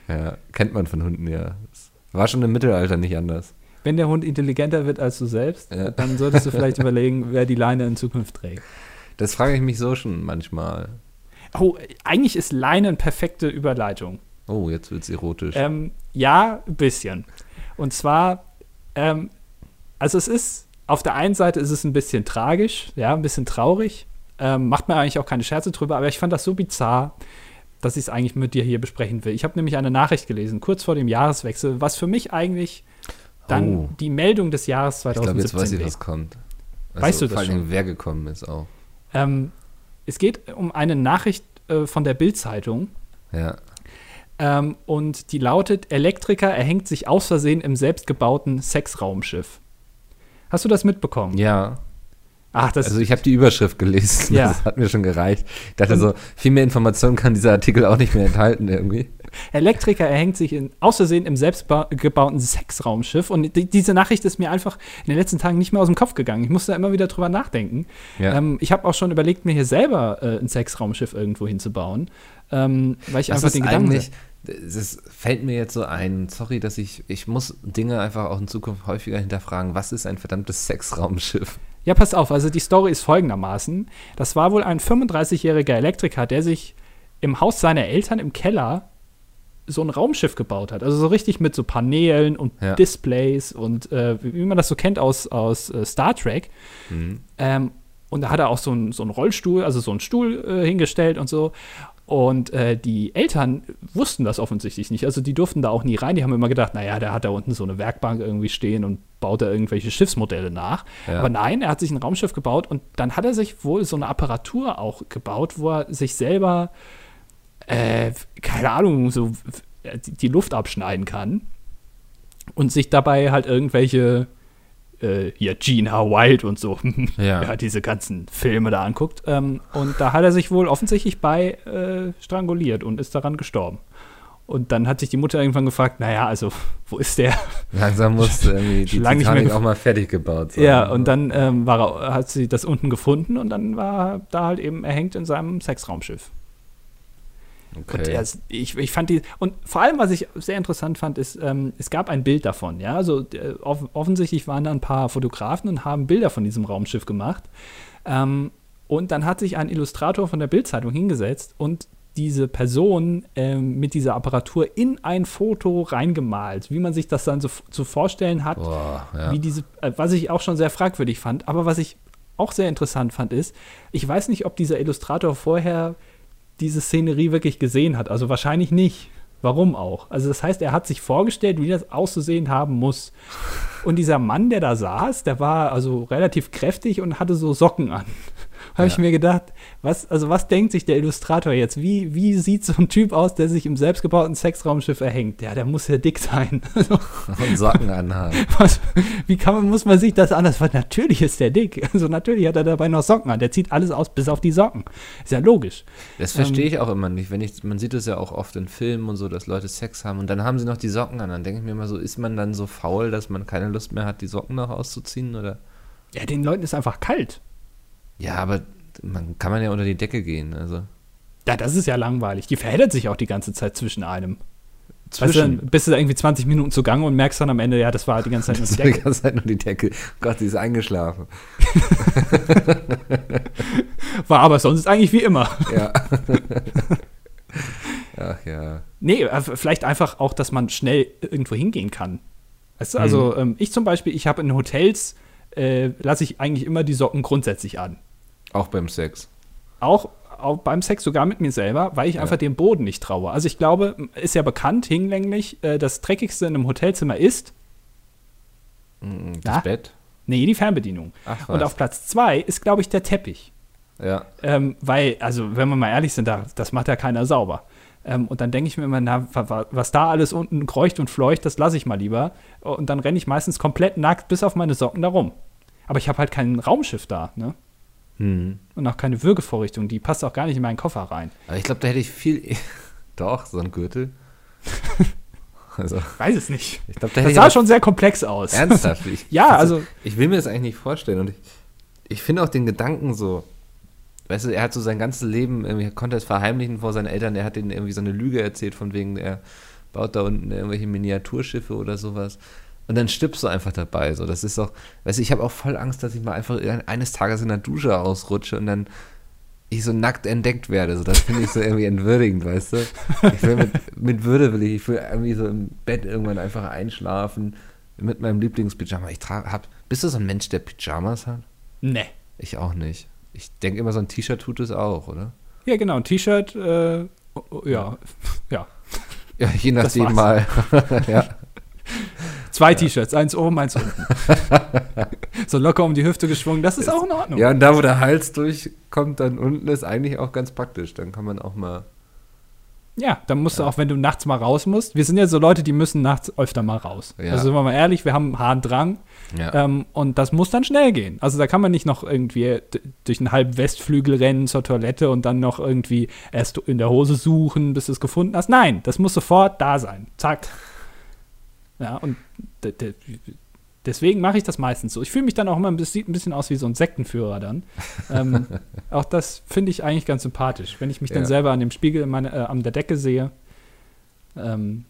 [SPEAKER 2] ja, kennt man von Hunden ja. Das war schon im Mittelalter nicht anders.
[SPEAKER 1] wenn der Hund intelligenter wird als du selbst,
[SPEAKER 2] Ja.
[SPEAKER 1] dann solltest du vielleicht überlegen, wer die Leine in Zukunft trägt.
[SPEAKER 2] Das frage ich mich so schon manchmal.
[SPEAKER 1] Oh, eigentlich ist Leine eine perfekte Überleitung.
[SPEAKER 2] Oh, jetzt wird's erotisch.
[SPEAKER 1] Ähm, ja, ein bisschen. Und zwar, ähm, also es ist, auf der einen Seite ist es ein bisschen tragisch, ja, ein bisschen traurig. Ähm, macht mir eigentlich auch keine Scherze drüber, aber ich fand das so bizarr, dass ich es eigentlich mit dir hier besprechen will. Ich habe nämlich eine Nachricht gelesen, kurz vor dem Jahreswechsel, was für mich eigentlich dann
[SPEAKER 2] Oh.
[SPEAKER 1] die Meldung des Jahres
[SPEAKER 2] ich glaube,
[SPEAKER 1] 2017
[SPEAKER 2] jetzt weiß ich,
[SPEAKER 1] wäre.
[SPEAKER 2] was kommt. Also
[SPEAKER 1] Weißt du
[SPEAKER 2] vor
[SPEAKER 1] das
[SPEAKER 2] allen Dingen, wer gekommen ist auch.
[SPEAKER 1] Ähm, es geht um eine Nachricht äh, von der Bild-Zeitung
[SPEAKER 2] Ja.
[SPEAKER 1] ähm, und die lautet: Elektriker erhängt sich aus Versehen im selbstgebauten Sexraumschiff. Hast du das mitbekommen?
[SPEAKER 2] Ja.
[SPEAKER 1] Ach, das
[SPEAKER 2] Also ich habe die Überschrift gelesen,
[SPEAKER 1] Ja.
[SPEAKER 2] das hat mir schon gereicht. Ich dachte so, viel mehr Informationen kann dieser Artikel auch nicht mehr enthalten irgendwie.
[SPEAKER 1] Elektriker erhängt sich in, aus Versehen im selbstgebauten Sexraumschiff. Und die, diese Nachricht ist mir einfach in den letzten Tagen nicht mehr aus dem Kopf gegangen. Ich musste da immer wieder drüber nachdenken.
[SPEAKER 2] Ja.
[SPEAKER 1] Ähm, ich habe auch schon überlegt, mir hier selber äh, ein Sexraumschiff irgendwo hinzubauen. Ähm, weil ich
[SPEAKER 2] Das
[SPEAKER 1] einfach
[SPEAKER 2] ist
[SPEAKER 1] den Gedanken.
[SPEAKER 2] eigentlich, das fällt mir jetzt so ein, sorry, dass ich, ich muss Dinge einfach auch in Zukunft häufiger hinterfragen. Was ist ein verdammtes Sexraumschiff?
[SPEAKER 1] Ja, pass auf, also die Story ist folgendermaßen. Das war wohl ein 35-jähriger Elektriker, der sich im Haus seiner Eltern im Keller so ein Raumschiff gebaut hat. Also so richtig mit so Paneelen und
[SPEAKER 2] Ja.
[SPEAKER 1] Displays und äh, wie wie man das so kennt aus, aus äh, Star Trek. Ähm, und da hat er auch so einen so einen Rollstuhl, also so einen Stuhl äh, hingestellt und so. Und äh, die Eltern wussten das offensichtlich nicht. Also die durften da auch nie rein. Die haben immer gedacht, naja, der hat da unten so eine Werkbank irgendwie stehen und baut da irgendwelche Schiffsmodelle nach.
[SPEAKER 2] Ja.
[SPEAKER 1] Aber nein, er hat sich ein Raumschiff gebaut und dann hat er sich wohl so eine Apparatur auch gebaut, wo er sich selber, äh, keine Ahnung, so äh, die- die Luft abschneiden kann und sich dabei halt irgendwelche äh, ja, Gina Wild und so,
[SPEAKER 2] Ja.
[SPEAKER 1] ja. diese ganzen Filme da anguckt. Ähm, und da hat er sich wohl offensichtlich bei äh, stranguliert und ist daran gestorben. Und dann hat sich die Mutter irgendwann gefragt, naja, also, wo ist der?
[SPEAKER 2] Langsam Also muss irgendwie die
[SPEAKER 1] Schon lange nicht
[SPEAKER 2] Titanic
[SPEAKER 1] mehr gef-
[SPEAKER 2] auch mal fertig gebaut sein.
[SPEAKER 1] Ja, und dann ähm, war er, hat sie das unten gefunden und dann war er da halt eben erhängt in seinem Sexraumschiff.
[SPEAKER 2] okay.
[SPEAKER 1] Und er, ist- ich, ich fand die, und vor allem, was ich sehr interessant fand, ist, ähm, es gab ein Bild davon, ja, also äh, off offensichtlich waren da ein paar Fotografen und haben Bilder von diesem Raumschiff gemacht. Ähm, und dann hat sich ein Illustrator von der Bildzeitung hingesetzt und diese Person ähm, mit dieser Apparatur in ein Foto reingemalt, wie man sich das dann so f- zu vorstellen hat,
[SPEAKER 2] Boah, ja.
[SPEAKER 1] wie diese, äh, was ich auch schon sehr fragwürdig fand, aber was ich auch sehr interessant fand, ist, ich weiß nicht, ob dieser Illustrator vorher diese Szenerie wirklich gesehen hat. Also wahrscheinlich nicht. Warum auch? Also das heißt, er hat sich vorgestellt, wie das auszusehen haben muss. Und dieser Mann, der da saß, der war also relativ kräftig und hatte so Socken an. Habe ich
[SPEAKER 2] Ja.
[SPEAKER 1] mir gedacht, was, also was denkt sich der Illustrator jetzt? Wie, wie sieht so ein Typ aus, der sich im selbstgebauten Sexraumschiff erhängt? Ja, der muss ja dick sein. Also,
[SPEAKER 2] Und Socken anhaben.
[SPEAKER 1] was, wie kann man, muss man sich das anders? Weil natürlich ist der dick. Also natürlich hat er dabei noch Socken an. Der zieht alles aus, bis auf die Socken. Ist ja logisch.
[SPEAKER 2] Das verstehe ich auch immer nicht. Wenn ich, man sieht es ja auch oft in Filmen und so, dass Leute Sex haben und dann haben sie noch die Socken an. Dann denke ich mir immer so, ist man dann so faul, dass man keine Lust mehr hat, die Socken noch auszuziehen? Oder?
[SPEAKER 1] Ja, den Leuten ist einfach kalt.
[SPEAKER 2] Ja, aber man kann man ja unter die Decke gehen. Also
[SPEAKER 1] Ja, das ist ja langweilig. Die verheddert sich auch die ganze Zeit zwischen einem. Weißt du, dann
[SPEAKER 2] zwischen.
[SPEAKER 1] bist du da irgendwie 20 Minuten zugange und merkst dann am Ende, ja, das war die ganze Zeit nur die
[SPEAKER 2] die
[SPEAKER 1] Decke.
[SPEAKER 2] ganze Zeit halt nur die Decke. Gott, die ist eingeschlafen.
[SPEAKER 1] War aber sonst eigentlich wie immer.
[SPEAKER 2] Ja. Ach ja.
[SPEAKER 1] Nee, äh, vielleicht einfach auch, dass man schnell irgendwo hingehen kann. Weißt du, also ähm, ich zum Beispiel, ich habe in Hotels, äh, lasse ich eigentlich immer die Socken grundsätzlich an.
[SPEAKER 2] Auch beim Sex.
[SPEAKER 1] auch, auch beim Sex, sogar mit mir selber, weil ich einfach dem Boden nicht traue. Also ich glaube, ist ja bekannt, hinlänglich, äh, das Dreckigste in einem Hotelzimmer ist,
[SPEAKER 2] Mhm, Das
[SPEAKER 1] Na?
[SPEAKER 2] Bett.
[SPEAKER 1] nee, die Fernbedienung.
[SPEAKER 2] Ach,
[SPEAKER 1] Ah? Und
[SPEAKER 2] was.
[SPEAKER 1] auf Platz zwei ist, glaube ich, der Teppich.
[SPEAKER 2] Ja.
[SPEAKER 1] Ähm, weil, also wenn wir mal ehrlich sind, da, das macht ja keiner sauber. Ähm, und dann denke ich mir immer, na, wa- wa- was da alles unten kreucht und fleucht, das lasse ich mal lieber. Und dann renne ich meistens komplett nackt bis auf meine Socken da rum. Aber ich habe halt kein Raumschiff da, ne?
[SPEAKER 2] Hm.
[SPEAKER 1] Und auch keine Würgevorrichtung, die passt auch gar nicht in meinen Koffer rein.
[SPEAKER 2] Aber ich glaube, da hätte ich viel. Doch, so ein Gürtel. Also,
[SPEAKER 1] Weiß es nicht.
[SPEAKER 2] ich glaube, da hätte
[SPEAKER 1] Das
[SPEAKER 2] ich
[SPEAKER 1] sah
[SPEAKER 2] aber-
[SPEAKER 1] schon sehr komplex aus.
[SPEAKER 2] Ernsthaft? Ich,
[SPEAKER 1] Ja, also-
[SPEAKER 2] Ich will mir das eigentlich nicht vorstellen. Und ich, ich finde auch den Gedanken so. Weißt du, er hat so sein ganzes Leben, irgendwie- er konnte es verheimlichen vor seinen Eltern. Er hat ihnen irgendwie so eine Lüge erzählt, von wegen, er baut da unten irgendwelche Miniaturschiffe oder sowas. Und dann stirbst du einfach dabei. So, das ist doch, weißt du, ich habe auch voll Angst, dass ich mal einfach eines Tages in der Dusche ausrutsche und dann ich so nackt entdeckt werde. So, das finde ich so irgendwie entwürdigend, weißt du? Ich will mit, mit Würde will ich, ich will irgendwie so im Bett irgendwann einfach einschlafen mit meinem Lieblingspyjama. Ich trage, hab, bist du so ein Mensch, der Pyjamas hat?
[SPEAKER 1] Nee.
[SPEAKER 2] Ich auch nicht. Ich denke immer, so ein T-Shirt tut es auch, oder?
[SPEAKER 1] Ja, genau, ein T-Shirt, äh, oh, oh, ja, ja.
[SPEAKER 2] Ja, je
[SPEAKER 1] Das
[SPEAKER 2] nachdem mal. ja.
[SPEAKER 1] Zwei T-Shirts, eins oben, eins unten. so locker um die Hüfte geschwungen, das ist auch in Ordnung.
[SPEAKER 2] ja, und da, wo der Hals durchkommt, dann unten ist eigentlich auch ganz praktisch. Dann kann man auch mal.
[SPEAKER 1] Ja, dann musst du auch, wenn du nachts mal raus musst, wir sind ja so Leute, die müssen nachts öfter mal raus.
[SPEAKER 2] Ja.
[SPEAKER 1] Also sind wir mal ehrlich, wir haben einen Harndrang
[SPEAKER 2] Ja.
[SPEAKER 1] ähm, und das muss dann schnell gehen. Also da kann man nicht noch irgendwie d- durch einen halben Westflügel rennen zur Toilette und dann noch irgendwie erst in der Hose suchen, bis du es gefunden hast. Nein, das muss sofort da sein. Zack. Ja, und d- d- deswegen mache ich das meistens so. Ich fühle mich dann auch immer, ein bisschen- sieht ein bisschen aus wie so ein Sektenführer dann. Ähm, auch das finde ich eigentlich ganz sympathisch. Wenn ich mich dann
[SPEAKER 2] Ja.
[SPEAKER 1] selber an dem Spiegel in meine, äh, an der Decke sehe, ähm,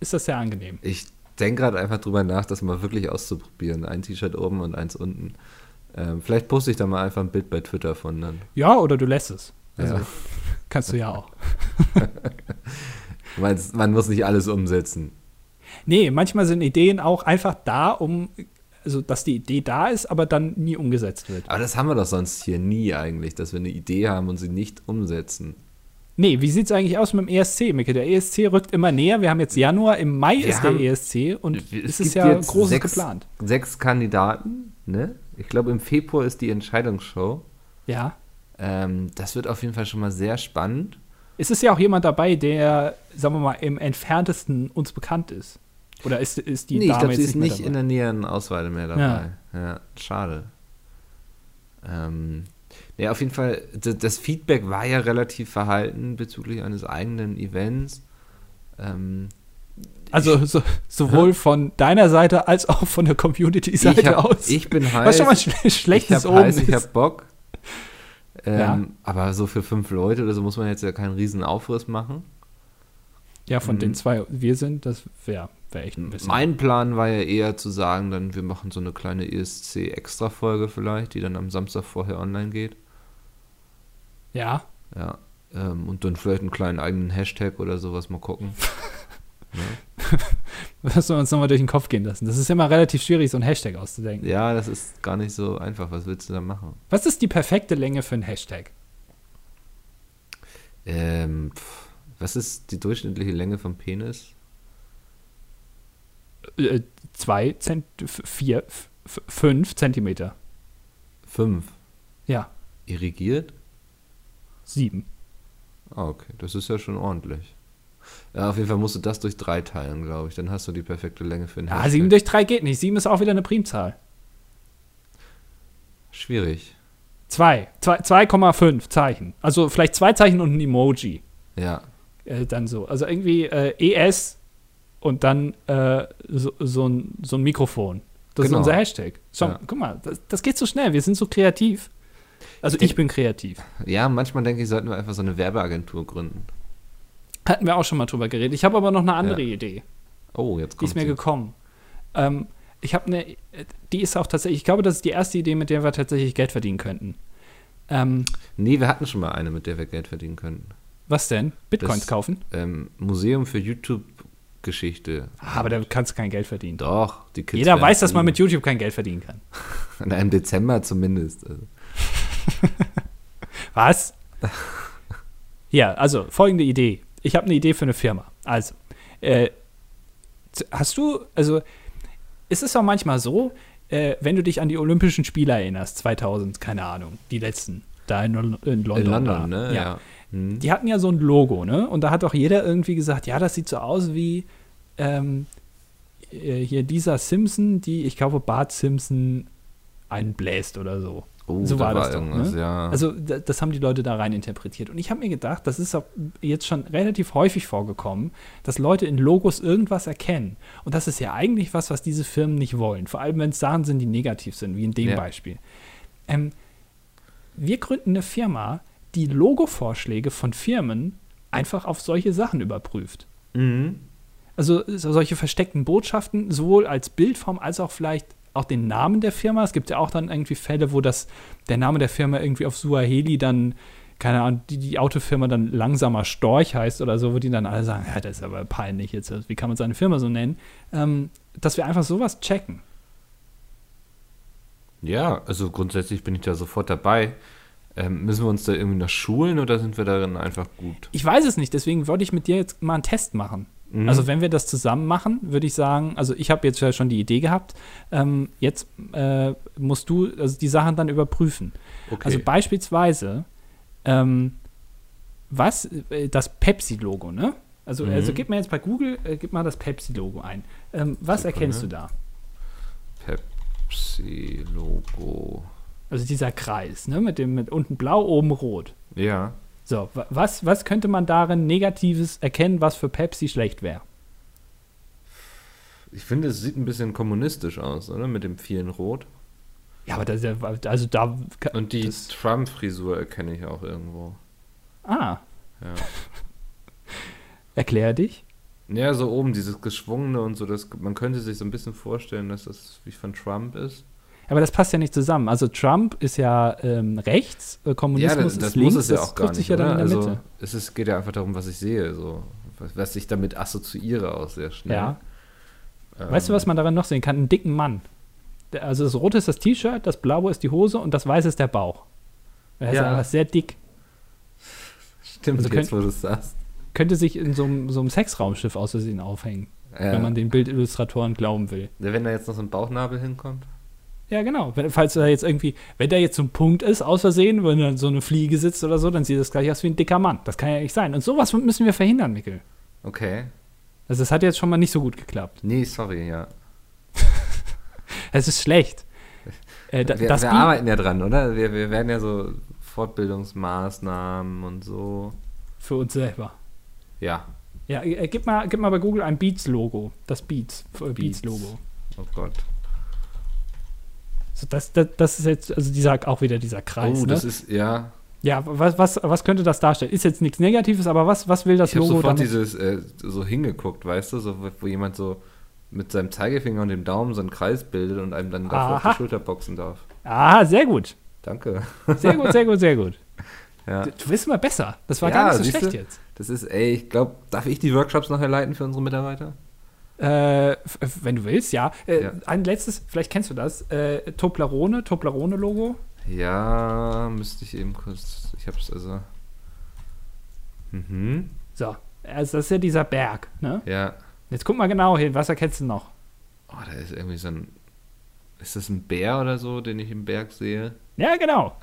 [SPEAKER 1] ist das sehr angenehm.
[SPEAKER 2] Ich denke gerade einfach drüber nach, das mal wirklich auszuprobieren. Ein T-Shirt oben und eins unten. Ähm, vielleicht poste ich da mal einfach ein Bild bei Twitter von dann.
[SPEAKER 1] Ja, oder du lässt es. Also
[SPEAKER 2] Ja.
[SPEAKER 1] kannst du ja auch.
[SPEAKER 2] Du meinst, man muss nicht alles umsetzen.
[SPEAKER 1] Nee, manchmal sind Ideen auch einfach da, um, also dass die Idee da ist, aber dann nie umgesetzt wird.
[SPEAKER 2] Aber das haben wir doch sonst hier nie eigentlich, dass wir eine Idee haben und sie nicht umsetzen.
[SPEAKER 1] Nee, wie sieht's eigentlich aus mit dem ESC, Micke? Der ESC rückt immer näher. Wir haben jetzt Januar, im Mai
[SPEAKER 2] Wir
[SPEAKER 1] ist
[SPEAKER 2] haben-
[SPEAKER 1] der ESC und es ist
[SPEAKER 2] gibt
[SPEAKER 1] ja
[SPEAKER 2] jetzt
[SPEAKER 1] Großes
[SPEAKER 2] sechs,
[SPEAKER 1] geplant.
[SPEAKER 2] Sechs Kandidaten, ne? Ich glaube, im Februar ist die Entscheidungsshow.
[SPEAKER 1] Ja.
[SPEAKER 2] Ähm, das wird auf jeden Fall schon mal sehr spannend.
[SPEAKER 1] Es ist ja auch jemand dabei, der, sagen wir mal, im entferntesten uns bekannt ist. Oder ist, ist die
[SPEAKER 2] nee, ich
[SPEAKER 1] Dame
[SPEAKER 2] glaube, sie
[SPEAKER 1] jetzt
[SPEAKER 2] ist
[SPEAKER 1] nicht,
[SPEAKER 2] nicht
[SPEAKER 1] mehr
[SPEAKER 2] in
[SPEAKER 1] dabei?
[SPEAKER 2] der näheren Auswahl mehr dabei. Ja, schade. Ähm, nee, auf jeden Fall, das, das Feedback war ja relativ verhalten bezüglich eines eigenen Events. Ähm,
[SPEAKER 1] Also so, sowohl von deiner Seite als auch von der Community-Seite
[SPEAKER 2] ich, hab,
[SPEAKER 1] aus.
[SPEAKER 2] ich bin heiß.
[SPEAKER 1] Was schon mal ein schle schlechtes
[SPEAKER 2] ich hab
[SPEAKER 1] Omen
[SPEAKER 2] heiß, ich
[SPEAKER 1] ist.
[SPEAKER 2] hab Bock. Ähm,
[SPEAKER 1] Ja.
[SPEAKER 2] Aber so für fünf Leute oder so muss man jetzt ja keinen riesen Aufriss machen.
[SPEAKER 1] Ja, von
[SPEAKER 2] Mhm.
[SPEAKER 1] den zwei wir sind, das wäre wär echt ein bisschen.
[SPEAKER 2] Mein Plan war ja eher zu sagen, dann wir machen so eine kleine E ESC-Extra-Folge vielleicht, die dann am Samstag vorher online geht.
[SPEAKER 1] ja.
[SPEAKER 2] Ja. Ähm, und dann vielleicht einen kleinen eigenen Hashtag oder sowas mal gucken.
[SPEAKER 1] Lassen wir uns nochmal durch den Kopf gehen lassen. Das ist immer relativ schwierig, so ein Hashtag auszudenken.
[SPEAKER 2] Ja, das ist gar nicht so einfach. Was willst du da machen?
[SPEAKER 1] Was ist die perfekte Länge für einen Hashtag?
[SPEAKER 2] Ähm, pff, was ist die durchschnittliche Länge vom Penis?
[SPEAKER 1] Äh, zwei, Zent f- vier, f- f- fünf Zentimeter.
[SPEAKER 2] Fünf.
[SPEAKER 1] Ja,
[SPEAKER 2] Irrigiert?
[SPEAKER 1] sieben.
[SPEAKER 2] Ah, okay. Das ist ja schon ordentlich. Ja, auf jeden Fall musst du das durch drei teilen, glaube ich. Dann hast du die perfekte Länge für einen
[SPEAKER 1] Ah, sieben durch drei geht nicht. Sieben ist auch wieder eine Primzahl.
[SPEAKER 2] Schwierig.
[SPEAKER 1] Zwei. Zwei- 2,5 Zeichen. Also vielleicht zwei Zeichen und ein Emoji.
[SPEAKER 2] Ja.
[SPEAKER 1] Äh, dann so. Also irgendwie äh, ES und dann äh, so, so, ein, so ein Mikrofon. Das
[SPEAKER 2] Genau.
[SPEAKER 1] ist unser Hashtag. So,
[SPEAKER 2] Ja.
[SPEAKER 1] Guck mal, das, das geht so schnell. Wir sind so kreativ. Also ich bin kreativ.
[SPEAKER 2] Ja, manchmal denke ich, sollten wir einfach so eine Werbeagentur gründen.
[SPEAKER 1] Hatten wir auch schon mal drüber geredet. Ich habe aber noch eine andere
[SPEAKER 2] Ja.
[SPEAKER 1] Idee.
[SPEAKER 2] Oh, jetzt
[SPEAKER 1] Die
[SPEAKER 2] kommt
[SPEAKER 1] ist mir
[SPEAKER 2] sie.
[SPEAKER 1] gekommen. Ähm, ich habe eine, äh, die ist auch tatsächlich, ich glaube, das ist die erste Idee, mit der wir tatsächlich Geld verdienen könnten. Ähm,
[SPEAKER 2] Nee, wir hatten schon mal eine, mit der wir Geld verdienen könnten.
[SPEAKER 1] was denn? Bitcoins
[SPEAKER 2] Das-
[SPEAKER 1] kaufen?
[SPEAKER 2] Ähm, Museum für YouTube-Geschichte.
[SPEAKER 1] Ah, aber da kannst du kein Geld verdienen.
[SPEAKER 2] Doch, die Kids.
[SPEAKER 1] Jeder
[SPEAKER 2] werden
[SPEAKER 1] weiß, dass man mit
[SPEAKER 2] lieben.
[SPEAKER 1] YouTube kein Geld verdienen kann.
[SPEAKER 2] In einem Dezember zumindest. Also,
[SPEAKER 1] Was? ja, also folgende Idee. Ich habe eine Idee für eine Firma. Also, äh, z- hast du, also, ist es auch manchmal so, äh, wenn du dich an die Olympischen Spiele erinnerst, 2000, keine Ahnung, die letzten, da in, Lon- in London.
[SPEAKER 2] in London,
[SPEAKER 1] da.
[SPEAKER 2] ne? Ja. Hm.
[SPEAKER 1] Die hatten ja so ein Logo, ne? Und da hat auch jeder irgendwie gesagt, ja, das sieht so aus wie ähm, äh, hier dieser Simpson, die, ich glaube, Bart Simpson einbläst oder so.
[SPEAKER 2] Oh,
[SPEAKER 1] so
[SPEAKER 2] da
[SPEAKER 1] war
[SPEAKER 2] war
[SPEAKER 1] das doch,
[SPEAKER 2] irgendwas,
[SPEAKER 1] ne?
[SPEAKER 2] ja.
[SPEAKER 1] Also da, das haben die Leute da rein interpretiert. Und ich habe mir gedacht, das ist auch jetzt schon relativ häufig vorgekommen, dass Leute in Logos irgendwas erkennen. Und das ist ja eigentlich was, was diese Firmen nicht wollen. Vor allem, wenn es Sachen sind, die negativ sind, wie in dem
[SPEAKER 2] Ja.
[SPEAKER 1] Beispiel. Ähm, wir gründen eine Firma, die Logo-Vorschläge von Firmen einfach auf solche Sachen überprüft.
[SPEAKER 2] Mhm.
[SPEAKER 1] Also so solche versteckten Botschaften, sowohl als Bildform als auch vielleicht auch den Namen der Firma. Es gibt ja auch dann irgendwie Fälle, wo das, der Name der Firma irgendwie auf Suaheli dann, keine Ahnung, die, die Autofirma dann langsamer Storch heißt oder so, wo die dann alle sagen, ja, das ist aber peinlich jetzt, also, wie kann man seine Firma so nennen? Ähm, dass wir einfach sowas checken.
[SPEAKER 2] Ja, also grundsätzlich bin ich da sofort dabei. Ähm, müssen wir uns da irgendwie noch schulen oder sind wir darin einfach gut?
[SPEAKER 1] Ich weiß es nicht, deswegen wollte ich mit dir jetzt mal einen Test machen.
[SPEAKER 2] Mhm.
[SPEAKER 1] Also wenn wir das zusammen machen, würde ich sagen, also ich habe jetzt ja schon die Idee gehabt, ähm, jetzt äh, musst du also die Sachen dann überprüfen.
[SPEAKER 2] okay.
[SPEAKER 1] Also beispielsweise, ähm, was, äh, das Pepsi-Logo, ne? Also,
[SPEAKER 2] Mhm.
[SPEAKER 1] also gib mir jetzt bei Google, äh, gib mal das Pepsi-Logo ein. Ähm, was
[SPEAKER 2] Super,
[SPEAKER 1] erkennst
[SPEAKER 2] ne?
[SPEAKER 1] du da?
[SPEAKER 2] Pepsi-Logo.
[SPEAKER 1] Also dieser Kreis, ne? Mit dem mit unten blau, oben rot.
[SPEAKER 2] Ja.
[SPEAKER 1] So, wa- was, was könnte man darin Negatives erkennen, was für Pepsi schlecht wäre?
[SPEAKER 2] Ich finde, es sieht ein bisschen kommunistisch aus, oder? Mit dem vielen Rot.
[SPEAKER 1] Ja, aber das, ist ja- also da.
[SPEAKER 2] Und die
[SPEAKER 1] Das-
[SPEAKER 2] Trump-Frisur erkenne ich auch irgendwo.
[SPEAKER 1] Ah.
[SPEAKER 2] Ja.
[SPEAKER 1] Erklär dich.
[SPEAKER 2] Ja, so oben dieses Geschwungene und so, das, man könnte sich so ein bisschen vorstellen, dass das wie von Trump ist.
[SPEAKER 1] Aber das passt ja nicht zusammen. Also Trump ist ja ähm, rechts, äh,
[SPEAKER 2] ja,
[SPEAKER 1] Kommunismus
[SPEAKER 2] das, das
[SPEAKER 1] ist links,
[SPEAKER 2] muss es ja
[SPEAKER 1] das
[SPEAKER 2] auch gar
[SPEAKER 1] trifft sich
[SPEAKER 2] nicht.
[SPEAKER 1] ja dann
[SPEAKER 2] oder?
[SPEAKER 1] in der
[SPEAKER 2] also
[SPEAKER 1] Mitte.
[SPEAKER 2] es ist, geht ja einfach darum, was ich sehe, so was, was ich damit assoziiere auch sehr schnell.
[SPEAKER 1] Ja.
[SPEAKER 2] Ähm,
[SPEAKER 1] Weißt du, was man daran noch sehen kann? Einen dicken Mann. Der- Also das rote ist das T-Shirt, das blaue ist die Hose und das weiße ist der Bauch. Er ist
[SPEAKER 2] Ja.
[SPEAKER 1] einfach sehr dick.
[SPEAKER 2] Stimmt,
[SPEAKER 1] also
[SPEAKER 2] jetzt, wo du es sagst.
[SPEAKER 1] Könnte sich in so einem, so einem Sexraumschiff aus Versehen aufhängen,
[SPEAKER 2] Ja.
[SPEAKER 1] wenn
[SPEAKER 2] Wenn,
[SPEAKER 1] man den Bildillustratoren glauben will.
[SPEAKER 2] da jetzt noch so ein Bauchnabel hinkommt.
[SPEAKER 1] Ja, genau. Wenn, falls da jetzt irgendwie, wenn da jetzt so ein Punkt ist, aus Versehen, wenn da so eine Fliege sitzt oder so, dann sieht das gleich aus wie ein dicker Mann. Das kann ja nicht sein. Und sowas müssen wir verhindern, Mikkel.
[SPEAKER 2] Okay.
[SPEAKER 1] Also das hat jetzt schon mal nicht so gut geklappt.
[SPEAKER 2] Nee, sorry, ja.
[SPEAKER 1] Es ist schlecht. Äh, da,
[SPEAKER 2] wir
[SPEAKER 1] das
[SPEAKER 2] wir
[SPEAKER 1] Bi-
[SPEAKER 2] arbeiten ja dran, oder? Wir, wir werden ja so Fortbildungsmaßnahmen und so.
[SPEAKER 1] für uns selber.
[SPEAKER 2] Ja,
[SPEAKER 1] Ja, äh, gib, mal, gib mal bei Google ein Beats-Logo. Das Beats. äh,
[SPEAKER 2] Beats.
[SPEAKER 1] Beats-Logo.
[SPEAKER 2] oh Gott.
[SPEAKER 1] so, das, das, das ist jetzt, also dieser, auch wieder dieser Kreis.
[SPEAKER 2] oh,
[SPEAKER 1] ne?
[SPEAKER 2] das ist, ja.
[SPEAKER 1] ja, was, was, was könnte das darstellen? Ist jetzt nichts Negatives, aber was, was will das
[SPEAKER 2] Ich habe
[SPEAKER 1] Logo
[SPEAKER 2] sofort
[SPEAKER 1] damit?
[SPEAKER 2] dieses, äh, so hingeguckt, weißt du, so, wo- wo jemand so mit seinem Zeigefinger und dem Daumen so einen Kreis bildet und einem dann dafür auf
[SPEAKER 1] Aha.
[SPEAKER 2] die Schulter boxen darf.
[SPEAKER 1] Ah, sehr gut.
[SPEAKER 2] Danke.
[SPEAKER 1] Sehr gut, sehr gut, sehr gut.
[SPEAKER 2] Ja.
[SPEAKER 1] Du- Du bist immer besser. Das war
[SPEAKER 2] Ja,
[SPEAKER 1] gar nicht so
[SPEAKER 2] siehst
[SPEAKER 1] schlecht
[SPEAKER 2] du?
[SPEAKER 1] jetzt.
[SPEAKER 2] Das ist, ey, ich glaube, darf ich die Workshops nachher leiten für unsere Mitarbeiter?
[SPEAKER 1] Äh, f- f- wenn du willst, ja. Äh,
[SPEAKER 2] Ja.
[SPEAKER 1] Ein letztes, vielleicht kennst du das. Äh, Toblerone, Toblerone-Logo.
[SPEAKER 2] Ja, müsste ich eben kurz. Ich hab's also. Mhm.
[SPEAKER 1] So, also das ist ja dieser Berg. Ne?
[SPEAKER 2] Ja.
[SPEAKER 1] Jetzt guck mal genau hin, was erkennst du noch?
[SPEAKER 2] Oh, da ist irgendwie so ein. Ist das ein Bär oder so, den ich im Berg sehe?
[SPEAKER 1] Ja, genau.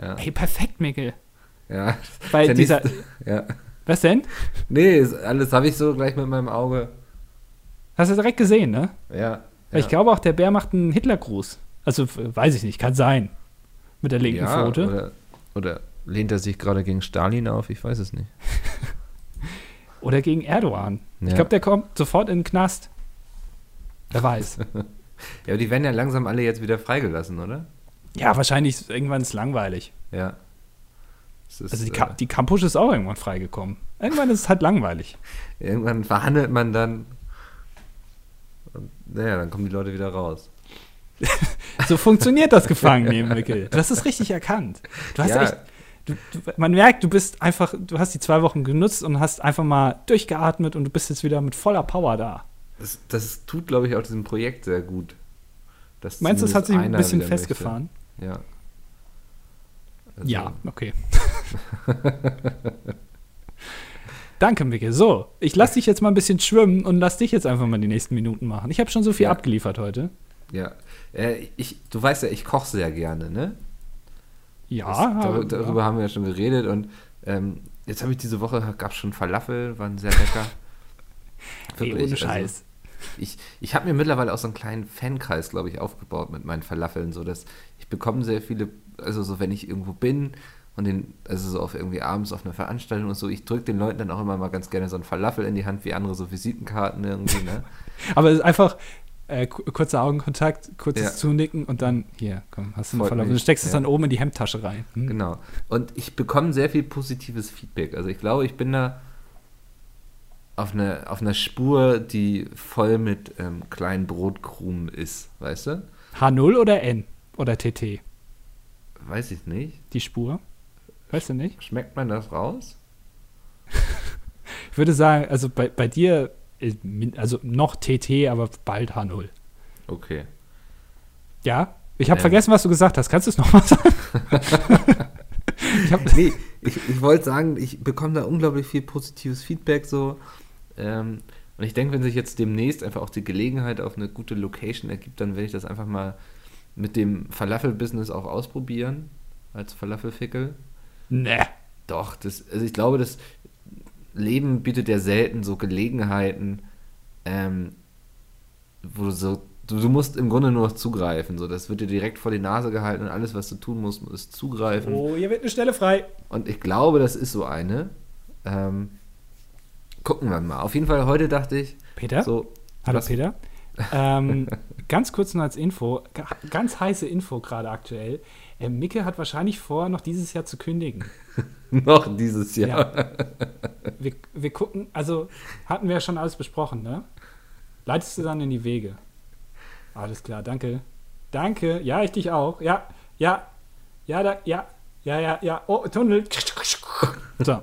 [SPEAKER 2] Ja.
[SPEAKER 1] Hey, perfekt, Mikkel.
[SPEAKER 2] Ja.
[SPEAKER 1] Weil
[SPEAKER 2] Der
[SPEAKER 1] dieser,
[SPEAKER 2] nächste- ja.
[SPEAKER 1] was denn?
[SPEAKER 2] Nee, ist, alles habe ich so gleich mit meinem Auge.
[SPEAKER 1] Hast du direkt gesehen, ne?
[SPEAKER 2] Ja.
[SPEAKER 1] Weil Ich glaube auch, der Bär macht einen Hitlergruß. Also, f- weiß ich nicht, kann sein. Mit der linken
[SPEAKER 2] ja,
[SPEAKER 1] Pfote.
[SPEAKER 2] Oder, oder lehnt er sich gerade gegen Stalin auf? Ich weiß es nicht.
[SPEAKER 1] Oder gegen Erdogan. Ich
[SPEAKER 2] Ja.
[SPEAKER 1] glaube, der kommt sofort in den Knast. Wer weiß.
[SPEAKER 2] Ja, aber die werden ja langsam alle jetzt wieder freigelassen, oder?
[SPEAKER 1] ja, wahrscheinlich ist irgendwann ist langweilig.
[SPEAKER 2] Ja. Es ist,
[SPEAKER 1] Also, die,
[SPEAKER 2] äh,
[SPEAKER 1] Ka die Kampusch ist auch irgendwann freigekommen. Irgendwann ist es halt langweilig.
[SPEAKER 2] Irgendwann verhandelt man dann. Und, naja, dann kommen die Leute wieder raus.
[SPEAKER 1] So funktioniert das Gefangennehmen, Mikkel. Du hast es richtig erkannt. Du hast
[SPEAKER 2] Ja.
[SPEAKER 1] echt. Du, du, man merkt, du bist einfach, du hast die zwei Wochen genutzt und hast einfach mal durchgeatmet und du bist jetzt wieder mit voller Power da.
[SPEAKER 2] Das, das tut, glaube ich, auch diesem Projekt sehr gut. Dass
[SPEAKER 1] Meinst du, es hat sich ein
[SPEAKER 2] zumindest
[SPEAKER 1] bisschen
[SPEAKER 2] einer wieder
[SPEAKER 1] festgefahren?
[SPEAKER 2] Möchte. Ja. Also,
[SPEAKER 1] Ja, okay. Danke, Micke. So, ich lass dich jetzt mal ein bisschen schwimmen und lass dich jetzt einfach mal die nächsten Minuten machen. Ich habe schon so viel
[SPEAKER 2] Ja.
[SPEAKER 1] abgeliefert heute.
[SPEAKER 2] Ja. Äh, ich, du weißt ja, ich koche sehr gerne, ne?
[SPEAKER 1] Ja,
[SPEAKER 2] das, dar- darüber haben wir ja schon geredet und ähm, jetzt habe ich diese Woche, gab schon Falafel, waren sehr lecker.
[SPEAKER 1] ey, ohne Scheiß.
[SPEAKER 2] Also, ich ich habe mir mittlerweile auch so einen kleinen Fankreis, glaube ich, aufgebaut mit meinen Falafeln, so dass ich bekomme sehr viele, also so wenn ich irgendwo bin und den, also so auf irgendwie abends auf einer Veranstaltung und so, ich drücke den Leuten dann auch immer mal ganz gerne so einen Falafel in die Hand, wie andere so Visitenkarten irgendwie, ne?
[SPEAKER 1] Aber es ist einfach äh, ku- kurzer Augenkontakt, kurzes
[SPEAKER 2] Ja.
[SPEAKER 1] Zunicken und dann, hier, komm, hast du einen
[SPEAKER 2] Freut
[SPEAKER 1] Verlauf. Du
[SPEAKER 2] mich.
[SPEAKER 1] steckst es
[SPEAKER 2] Ja.
[SPEAKER 1] dann oben in die Hemdtasche rein. Hm?
[SPEAKER 2] Genau. Und ich bekomme sehr viel positives Feedback. Also ich glaube, ich bin da auf einer auf einer Spur, die voll mit ähm, kleinen Brotkrumen ist, weißt du?
[SPEAKER 1] H0 oder N? Oder TT?
[SPEAKER 2] Weiß ich nicht.
[SPEAKER 1] Die Spur? Weißt du nicht?
[SPEAKER 2] Schmeckt man das raus?
[SPEAKER 1] Ich würde sagen, also bei, bei dir, äh, min- also noch TT, aber bald H0.
[SPEAKER 2] Okay.
[SPEAKER 1] Ja? Ich habe
[SPEAKER 2] Ja.
[SPEAKER 1] vergessen, was du gesagt hast. Kannst du es nochmal sagen? ich hab,
[SPEAKER 2] Nee, ich, ich wollte sagen, ich bekomme da unglaublich viel positives Feedback so. Ähm, und ich denke, wenn sich jetzt demnächst einfach auch die Gelegenheit auf eine gute Location ergibt, dann werde ich das einfach mal mit dem Falafel-Business auch ausprobieren. Als Falafelfickel.
[SPEAKER 1] nee.
[SPEAKER 2] Doch, das, also ich glaube, das Leben bietet ja selten so Gelegenheiten, ähm, wo du so, du, du musst im Grunde nur noch zugreifen. So, das wird dir direkt vor die Nase gehalten und alles, was du tun musst, ist zugreifen.
[SPEAKER 1] Oh, hier wird eine Stelle frei.
[SPEAKER 2] Und ich glaube, das ist so eine. Ähm, gucken wir mal. Auf jeden Fall, heute dachte ich,
[SPEAKER 1] Peter?
[SPEAKER 2] so.
[SPEAKER 1] Hallo
[SPEAKER 2] was-
[SPEAKER 1] Peter. ähm, ganz kurz nur als Info, ga- ganz heiße Info gerade aktuell. Äh, Micke hat wahrscheinlich vor, noch dieses Jahr zu kündigen.
[SPEAKER 2] Noch dieses Jahr.
[SPEAKER 1] Ja. Wir, wir gucken, also hatten wir ja schon alles besprochen, ne? Leitest du dann in die Wege. Alles klar, danke. Danke, ja, ich dich auch. Ja, ja, ja, da, ja, ja, ja, ja. Oh, Tunnel. So.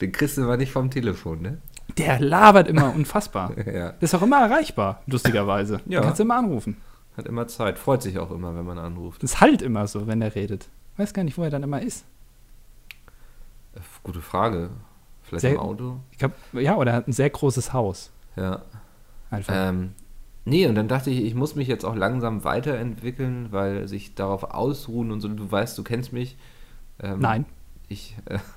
[SPEAKER 2] Den kriegst du aber nicht vom Telefon, ne?
[SPEAKER 1] Der labert immer unfassbar.
[SPEAKER 2] Ja.
[SPEAKER 1] Ist auch immer erreichbar, lustigerweise.
[SPEAKER 2] Ja.
[SPEAKER 1] Kannst du immer anrufen.
[SPEAKER 2] Hat immer Zeit. Freut sich auch immer, wenn man anruft.
[SPEAKER 1] Das halt immer so, wenn er redet. Weiß gar nicht, wo er dann immer ist.
[SPEAKER 2] Äh, Gute Frage. Vielleicht
[SPEAKER 1] Sehr-
[SPEAKER 2] im Auto?
[SPEAKER 1] Ich glaub, ja, oder er hat ein sehr großes Haus.
[SPEAKER 2] Ja.
[SPEAKER 1] Einfach.
[SPEAKER 2] Ähm, nee, und dann dachte ich, ich muss mich jetzt auch langsam weiterentwickeln, weil sich darauf ausruhen und so. Du weißt, du kennst mich. Ähm,
[SPEAKER 1] Nein.
[SPEAKER 2] Ich äh,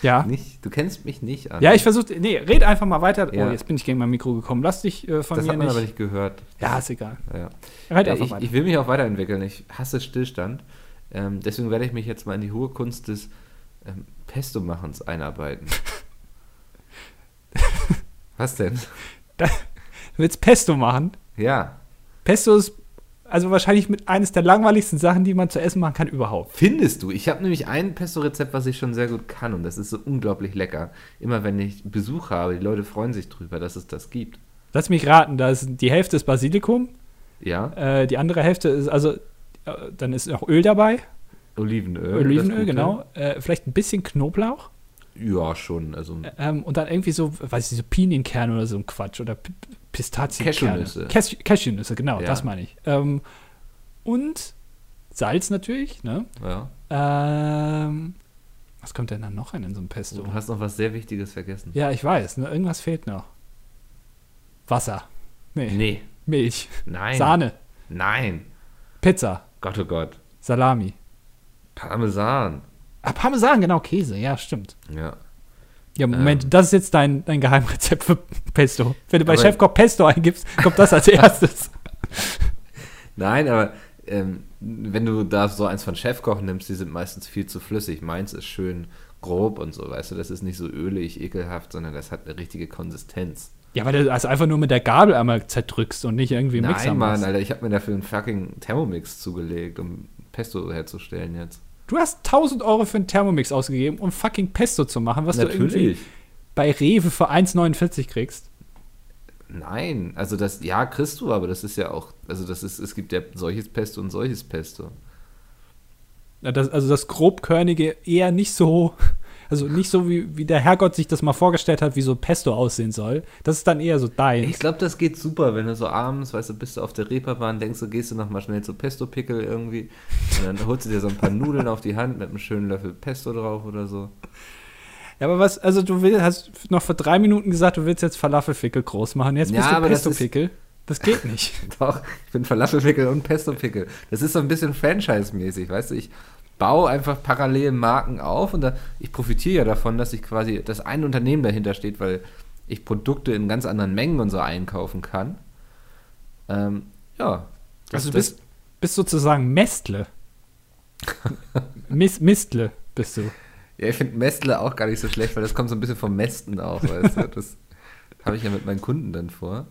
[SPEAKER 1] Ja.
[SPEAKER 2] nicht. Du kennst mich nicht an.
[SPEAKER 1] Ja, ich versuche. Nee, red einfach mal weiter.
[SPEAKER 2] Ja.
[SPEAKER 1] Oh, jetzt bin ich gegen mein Mikro gekommen. Lass dich äh, von
[SPEAKER 2] Das
[SPEAKER 1] mir
[SPEAKER 2] hat man
[SPEAKER 1] nicht.
[SPEAKER 2] aber nicht gehört.
[SPEAKER 1] Ja, ist egal.
[SPEAKER 2] Ja.
[SPEAKER 1] Red
[SPEAKER 2] Ja,
[SPEAKER 1] Halt einfach
[SPEAKER 2] Äh, ich,
[SPEAKER 1] weiter.
[SPEAKER 2] ich will mich auch weiterentwickeln. Ich hasse Stillstand. Ähm, deswegen werde ich mich jetzt mal in die hohe Kunst des ähm, Pesto-Machens einarbeiten. Was denn?
[SPEAKER 1] du willst Pesto machen?
[SPEAKER 2] Ja.
[SPEAKER 1] Pesto ist also wahrscheinlich mit eines der langweiligsten Sachen, die man zu essen machen kann überhaupt.
[SPEAKER 2] Findest du? Ich habe nämlich ein Pesto-Rezept, was ich schon sehr gut kann. Und das ist so unglaublich lecker. Immer wenn ich Besuch habe, die Leute freuen sich drüber, dass es das gibt.
[SPEAKER 1] Lass mich raten, da ist die Hälfte ist Basilikum,
[SPEAKER 2] Ja.
[SPEAKER 1] äh, die andere Hälfte ist also äh, dann ist auch Öl dabei,
[SPEAKER 2] Olivenöl. das
[SPEAKER 1] Olivenöl
[SPEAKER 2] Gute.
[SPEAKER 1] genau, äh, vielleicht ein bisschen Knoblauch
[SPEAKER 2] Ja, schon. Also
[SPEAKER 1] ähm, und dann irgendwie so, weiß ich, so Pinienkerne oder so ein Quatsch oder P Pistazienkerne.
[SPEAKER 2] Cashewnüsse.
[SPEAKER 1] Cas Cashewnüsse, genau,
[SPEAKER 2] Ja.
[SPEAKER 1] das meine ich. Ähm, und Salz natürlich, ne?
[SPEAKER 2] ja.
[SPEAKER 1] Ähm, was kommt denn da noch rein in so einem Pesto?
[SPEAKER 2] Du hast noch was sehr Wichtiges vergessen.
[SPEAKER 1] Ja, ich weiß. Ne? Irgendwas fehlt noch. Wasser. Nee.
[SPEAKER 2] Nee.
[SPEAKER 1] Milch.
[SPEAKER 2] Nein.
[SPEAKER 1] Sahne.
[SPEAKER 2] Nein.
[SPEAKER 1] Pizza.
[SPEAKER 2] Gott, oh Gott.
[SPEAKER 1] Salami.
[SPEAKER 2] Parmesan.
[SPEAKER 1] Ah, Parmesan, genau. Käse. Ja, stimmt.
[SPEAKER 2] Ja.
[SPEAKER 1] Ja, Moment,
[SPEAKER 2] Ähm.
[SPEAKER 1] das ist jetzt dein, dein Geheimrezept für Pesto. Wenn du bei
[SPEAKER 2] Aber-
[SPEAKER 1] Chefkoch Pesto eingibst, kommt das als erstes.
[SPEAKER 2] Nein, aber ähm, wenn du da so eins von Chefkoch nimmst, die sind meistens viel zu flüssig. Meins ist schön grob und so, weißt du, das ist nicht so ölig, ekelhaft, sondern das hat eine richtige Konsistenz.
[SPEAKER 1] Ja, weil du das einfach nur mit der Gabel einmal zerdrückst und nicht irgendwie im
[SPEAKER 2] Nein,
[SPEAKER 1] Mixer
[SPEAKER 2] Mann,
[SPEAKER 1] machst.
[SPEAKER 2] Alter, ich habe mir dafür einen fucking Thermomix zugelegt, um Pesto herzustellen jetzt.
[SPEAKER 1] Du hast 1000 Euro für einen Thermomix ausgegeben, um fucking Pesto zu machen, was du irgendwie bei Rewe für 1,49 kriegst.
[SPEAKER 2] Nein, also das, ja, kriegst du, aber das ist ja auch, also das ist, es gibt ja solches Pesto und solches Pesto.
[SPEAKER 1] Ja, das, also das grobkörnige eher nicht so, also nicht so, wie, wie der Herrgott sich das mal vorgestellt hat, wie so Pesto aussehen soll. Das ist dann eher so dein.
[SPEAKER 2] Ich glaube, das geht super, wenn du so abends, weißt du, bist du auf der Reeperbahn, denkst du, gehst du nochmal schnell zu Pesto-Pickel irgendwie und dann holst du dir so ein paar Nudeln auf die Hand mit einem schönen Löffel Pesto drauf oder so.
[SPEAKER 1] Ja, aber was, also du will, hast noch vor drei Minuten gesagt, du willst jetzt Falafelfickel groß machen. Jetzt
[SPEAKER 2] Ja,
[SPEAKER 1] bist du
[SPEAKER 2] aber das
[SPEAKER 1] Pesto-Pickel. Das, geht nicht.
[SPEAKER 2] Doch, ich bin Falafelpickel und Pesto-Pickel. Das ist so ein bisschen Franchise-mäßig, weißt du, ich baue einfach parallel Marken auf und da, ich profitiere ja davon, dass ich quasi, dass ein Unternehmen dahinter steht, weil ich Produkte in ganz anderen Mengen und so einkaufen kann. Ähm, ja. Das-
[SPEAKER 1] Also du
[SPEAKER 2] das-
[SPEAKER 1] bist, bist sozusagen Mestle. Mis, Mistle bist du.
[SPEAKER 2] Ja, ich finde Mestle auch gar nicht so schlecht, weil das kommt so ein bisschen vom Mästen auch, weißt du? Das habe ich ja mit meinen Kunden dann vor.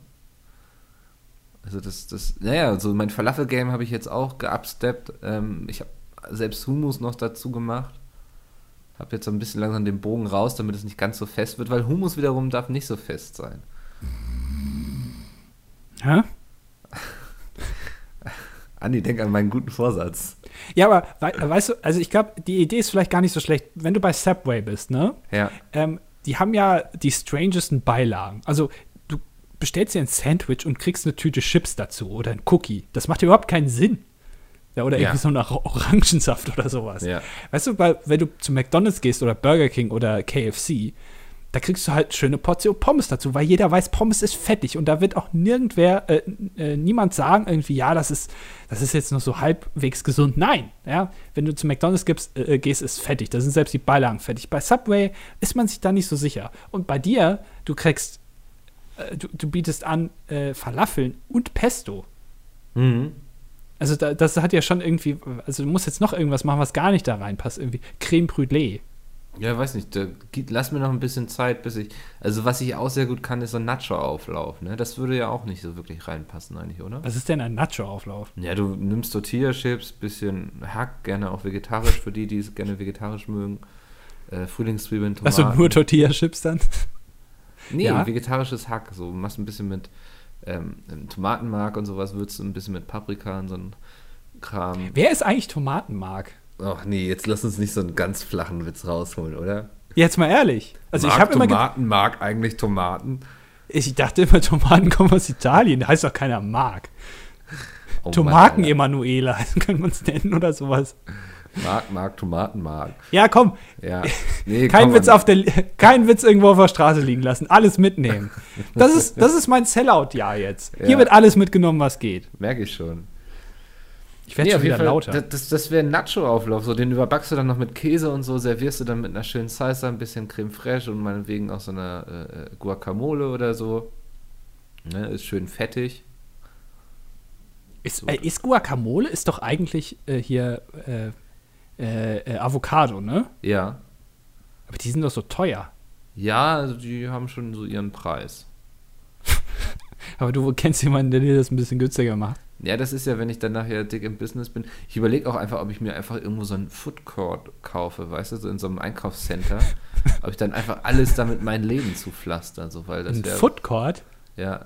[SPEAKER 2] Also das, das, naja, so mein Falafel-Game habe ich jetzt auch geupsteppt. Ähm, ich habe selbst Humus noch dazu gemacht. Habe jetzt so ein bisschen langsam den Bogen raus, damit es nicht ganz so fest wird, weil Humus wiederum darf nicht so fest sein.
[SPEAKER 1] Hä?
[SPEAKER 2] Andi, denk an meinen guten Vorsatz.
[SPEAKER 1] Ja, aber wei weißt du, also ich glaube, die Idee ist vielleicht gar nicht so schlecht. Wenn du bei Subway bist, ne?
[SPEAKER 2] Ja.
[SPEAKER 1] Ähm, die haben ja die strangesten Beilagen. Also du bestellst dir ein Sandwich und kriegst eine Tüte Chips dazu oder ein Cookie. Das macht ja überhaupt keinen Sinn. Ja, oder
[SPEAKER 2] Ja.
[SPEAKER 1] irgendwie so nach Orangensaft oder sowas.
[SPEAKER 2] Ja.
[SPEAKER 1] Weißt du, weil, wenn du zu McDonalds gehst oder Burger King oder KFC, da kriegst du halt schöne Portion Pommes dazu, weil jeder weiß, Pommes ist fettig und da wird auch nirgendwer, äh, n- äh, niemand sagen irgendwie, ja, das ist, das ist jetzt nur so halbwegs gesund. Nein, ja, wenn du zu McDonalds gibst, äh, äh, gehst, ist fettig. Da sind selbst die Beilagen fettig. Bei Subway ist man sich da nicht so sicher. Und bei dir, du kriegst, äh, du, du bietest an äh, Falafeln und Pesto.
[SPEAKER 2] Mhm.
[SPEAKER 1] Also da, das hat ja schon irgendwie, also du musst jetzt noch irgendwas machen, was gar nicht da reinpasst. Irgendwie Creme Brûlée.
[SPEAKER 2] Ja, weiß nicht. Da, gib- lass mir noch ein bisschen Zeit, bis ich. Also, was ich auch sehr gut kann, ist so ein Nacho-Auflauf. Ne? Das würde ja auch nicht so wirklich reinpassen, eigentlich, oder?
[SPEAKER 1] Was ist denn ein Nacho-Auflauf?
[SPEAKER 2] Ja, du nimmst Tortilla-Chips, bisschen Hack, gerne auch vegetarisch für die, die es gerne vegetarisch mögen. Äh, Frühlingszwiebeln, Tomaten.
[SPEAKER 1] Also nur Tortilla-Chips dann?
[SPEAKER 2] Nee,
[SPEAKER 1] Ja.
[SPEAKER 2] vegetarisches Hack. So machst ein bisschen mit ähm, Tomatenmark und sowas, würzt ein bisschen mit Paprika und so ein Kram.
[SPEAKER 1] Wer ist eigentlich Tomatenmark?
[SPEAKER 2] Ach nee, jetzt lass uns nicht so einen ganz flachen Witz rausholen, oder?
[SPEAKER 1] Jetzt mal ehrlich. Also ich
[SPEAKER 2] mag
[SPEAKER 1] habe immer ge-
[SPEAKER 2] Tomaten, mag eigentlich Tomaten.
[SPEAKER 1] ich dachte immer Tomaten kommen aus Italien, da heißt doch keiner Mark.
[SPEAKER 2] Oh Mann,
[SPEAKER 1] Tomaten
[SPEAKER 2] Alter.
[SPEAKER 1] Emanuela kann man es nennen oder sowas.
[SPEAKER 2] Mag, mag, Tomaten, mag.
[SPEAKER 1] Ja, komm,
[SPEAKER 2] Ja. Nee,
[SPEAKER 1] kein
[SPEAKER 2] komm,
[SPEAKER 1] Witz
[SPEAKER 2] Mann.
[SPEAKER 1] auf der kein Witz irgendwo auf der Straße liegen lassen, alles mitnehmen. Das ist das ist mein Sellout Jahr jetzt. Hier
[SPEAKER 2] Ja.
[SPEAKER 1] wird alles mitgenommen, was geht.
[SPEAKER 2] Merke ich schon.
[SPEAKER 1] Ich werde
[SPEAKER 2] Nee,
[SPEAKER 1] schon
[SPEAKER 2] auf jeden
[SPEAKER 1] wieder
[SPEAKER 2] Fall,
[SPEAKER 1] lauter.
[SPEAKER 2] Das, das, das wäre ein Nacho-Auflauf, so den überbackst du dann noch mit Käse und so, servierst du dann mit einer schönen Salsa, ein bisschen Creme Fraiche und meinetwegen auch so einer äh, äh, Guacamole oder so. Ne, ist schön fettig.
[SPEAKER 1] Ist, äh, ist Guacamole ist doch eigentlich äh, hier äh, äh, äh, Avocado, ne?
[SPEAKER 2] Ja.
[SPEAKER 1] Aber die sind doch so teuer.
[SPEAKER 2] Ja, also die haben schon so ihren Preis.
[SPEAKER 1] Aber du kennst jemanden, der dir das ein bisschen günstiger macht.
[SPEAKER 2] Ja, das ist ja, wenn ich dann nachher dick im Business bin. Ich überlege auch einfach, ob ich mir einfach irgendwo so einen Food Court kaufe, weißt du, so in so einem Einkaufscenter. ob ich dann einfach alles damit mein Leben zupflaster, so, weil das
[SPEAKER 1] Ein
[SPEAKER 2] wäre.
[SPEAKER 1] Food Court?
[SPEAKER 2] Ja.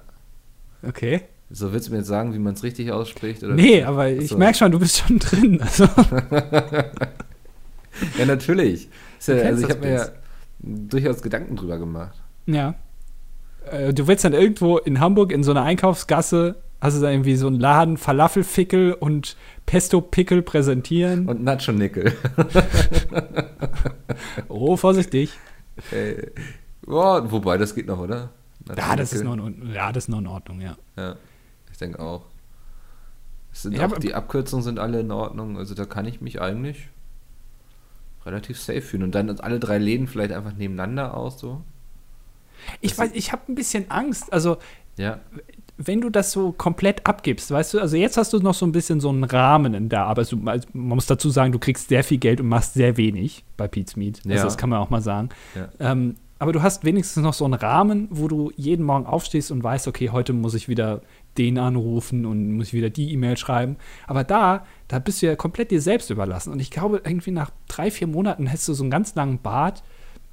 [SPEAKER 1] Okay.
[SPEAKER 2] So, willst du mir jetzt sagen, wie man es richtig ausspricht? Oder
[SPEAKER 1] Nee, aber ich
[SPEAKER 2] Achso.
[SPEAKER 1] merke schon, du bist schon drin. Also,
[SPEAKER 2] Ja, natürlich. Ist ja,
[SPEAKER 1] Du kennst
[SPEAKER 2] also ich
[SPEAKER 1] das
[SPEAKER 2] habe mir ja durchaus Gedanken drüber gemacht.
[SPEAKER 1] ja. Äh, du willst dann irgendwo in Hamburg in so einer Einkaufsgasse, hast du da irgendwie so einen Laden Falafelfickel und Pesto-Pickel präsentieren.
[SPEAKER 2] Und Nacho Nickel.
[SPEAKER 1] oh, vorsichtig.
[SPEAKER 2] Äh, boah, wobei, das geht noch, oder? Nacho
[SPEAKER 1] Ja, das ist
[SPEAKER 2] Nickel.
[SPEAKER 1] noch in, ja, das ist noch in Ordnung, ja.
[SPEAKER 2] Ja, ich denke auch. Es sind
[SPEAKER 1] Ich
[SPEAKER 2] auch
[SPEAKER 1] hab-
[SPEAKER 2] die Abkürzungen sind alle in Ordnung. Also da kann ich mich eigentlich relativ safe fühlen. Und dann alle drei Läden vielleicht einfach nebeneinander aus, so.
[SPEAKER 1] Ich
[SPEAKER 2] Das
[SPEAKER 1] weiß, ich habe ein bisschen Angst. Also,
[SPEAKER 2] Ja.
[SPEAKER 1] wenn du das so komplett abgibst, weißt du, also jetzt hast du noch so ein bisschen so einen Rahmen in da, aber es- also man muss dazu sagen, du kriegst sehr viel Geld und machst sehr wenig bei Pete's Meat. Also
[SPEAKER 2] Ja.
[SPEAKER 1] das kann man auch mal sagen.
[SPEAKER 2] Ja.
[SPEAKER 1] Ähm, aber du hast wenigstens noch so einen Rahmen, wo du jeden Morgen aufstehst und weißt, okay, heute muss ich wieder den anrufen und muss ich wieder die E-Mail schreiben. Aber da, da bist du ja komplett dir selbst überlassen. Und ich glaube, irgendwie nach drei, vier Monaten hättest du so einen ganz langen Bart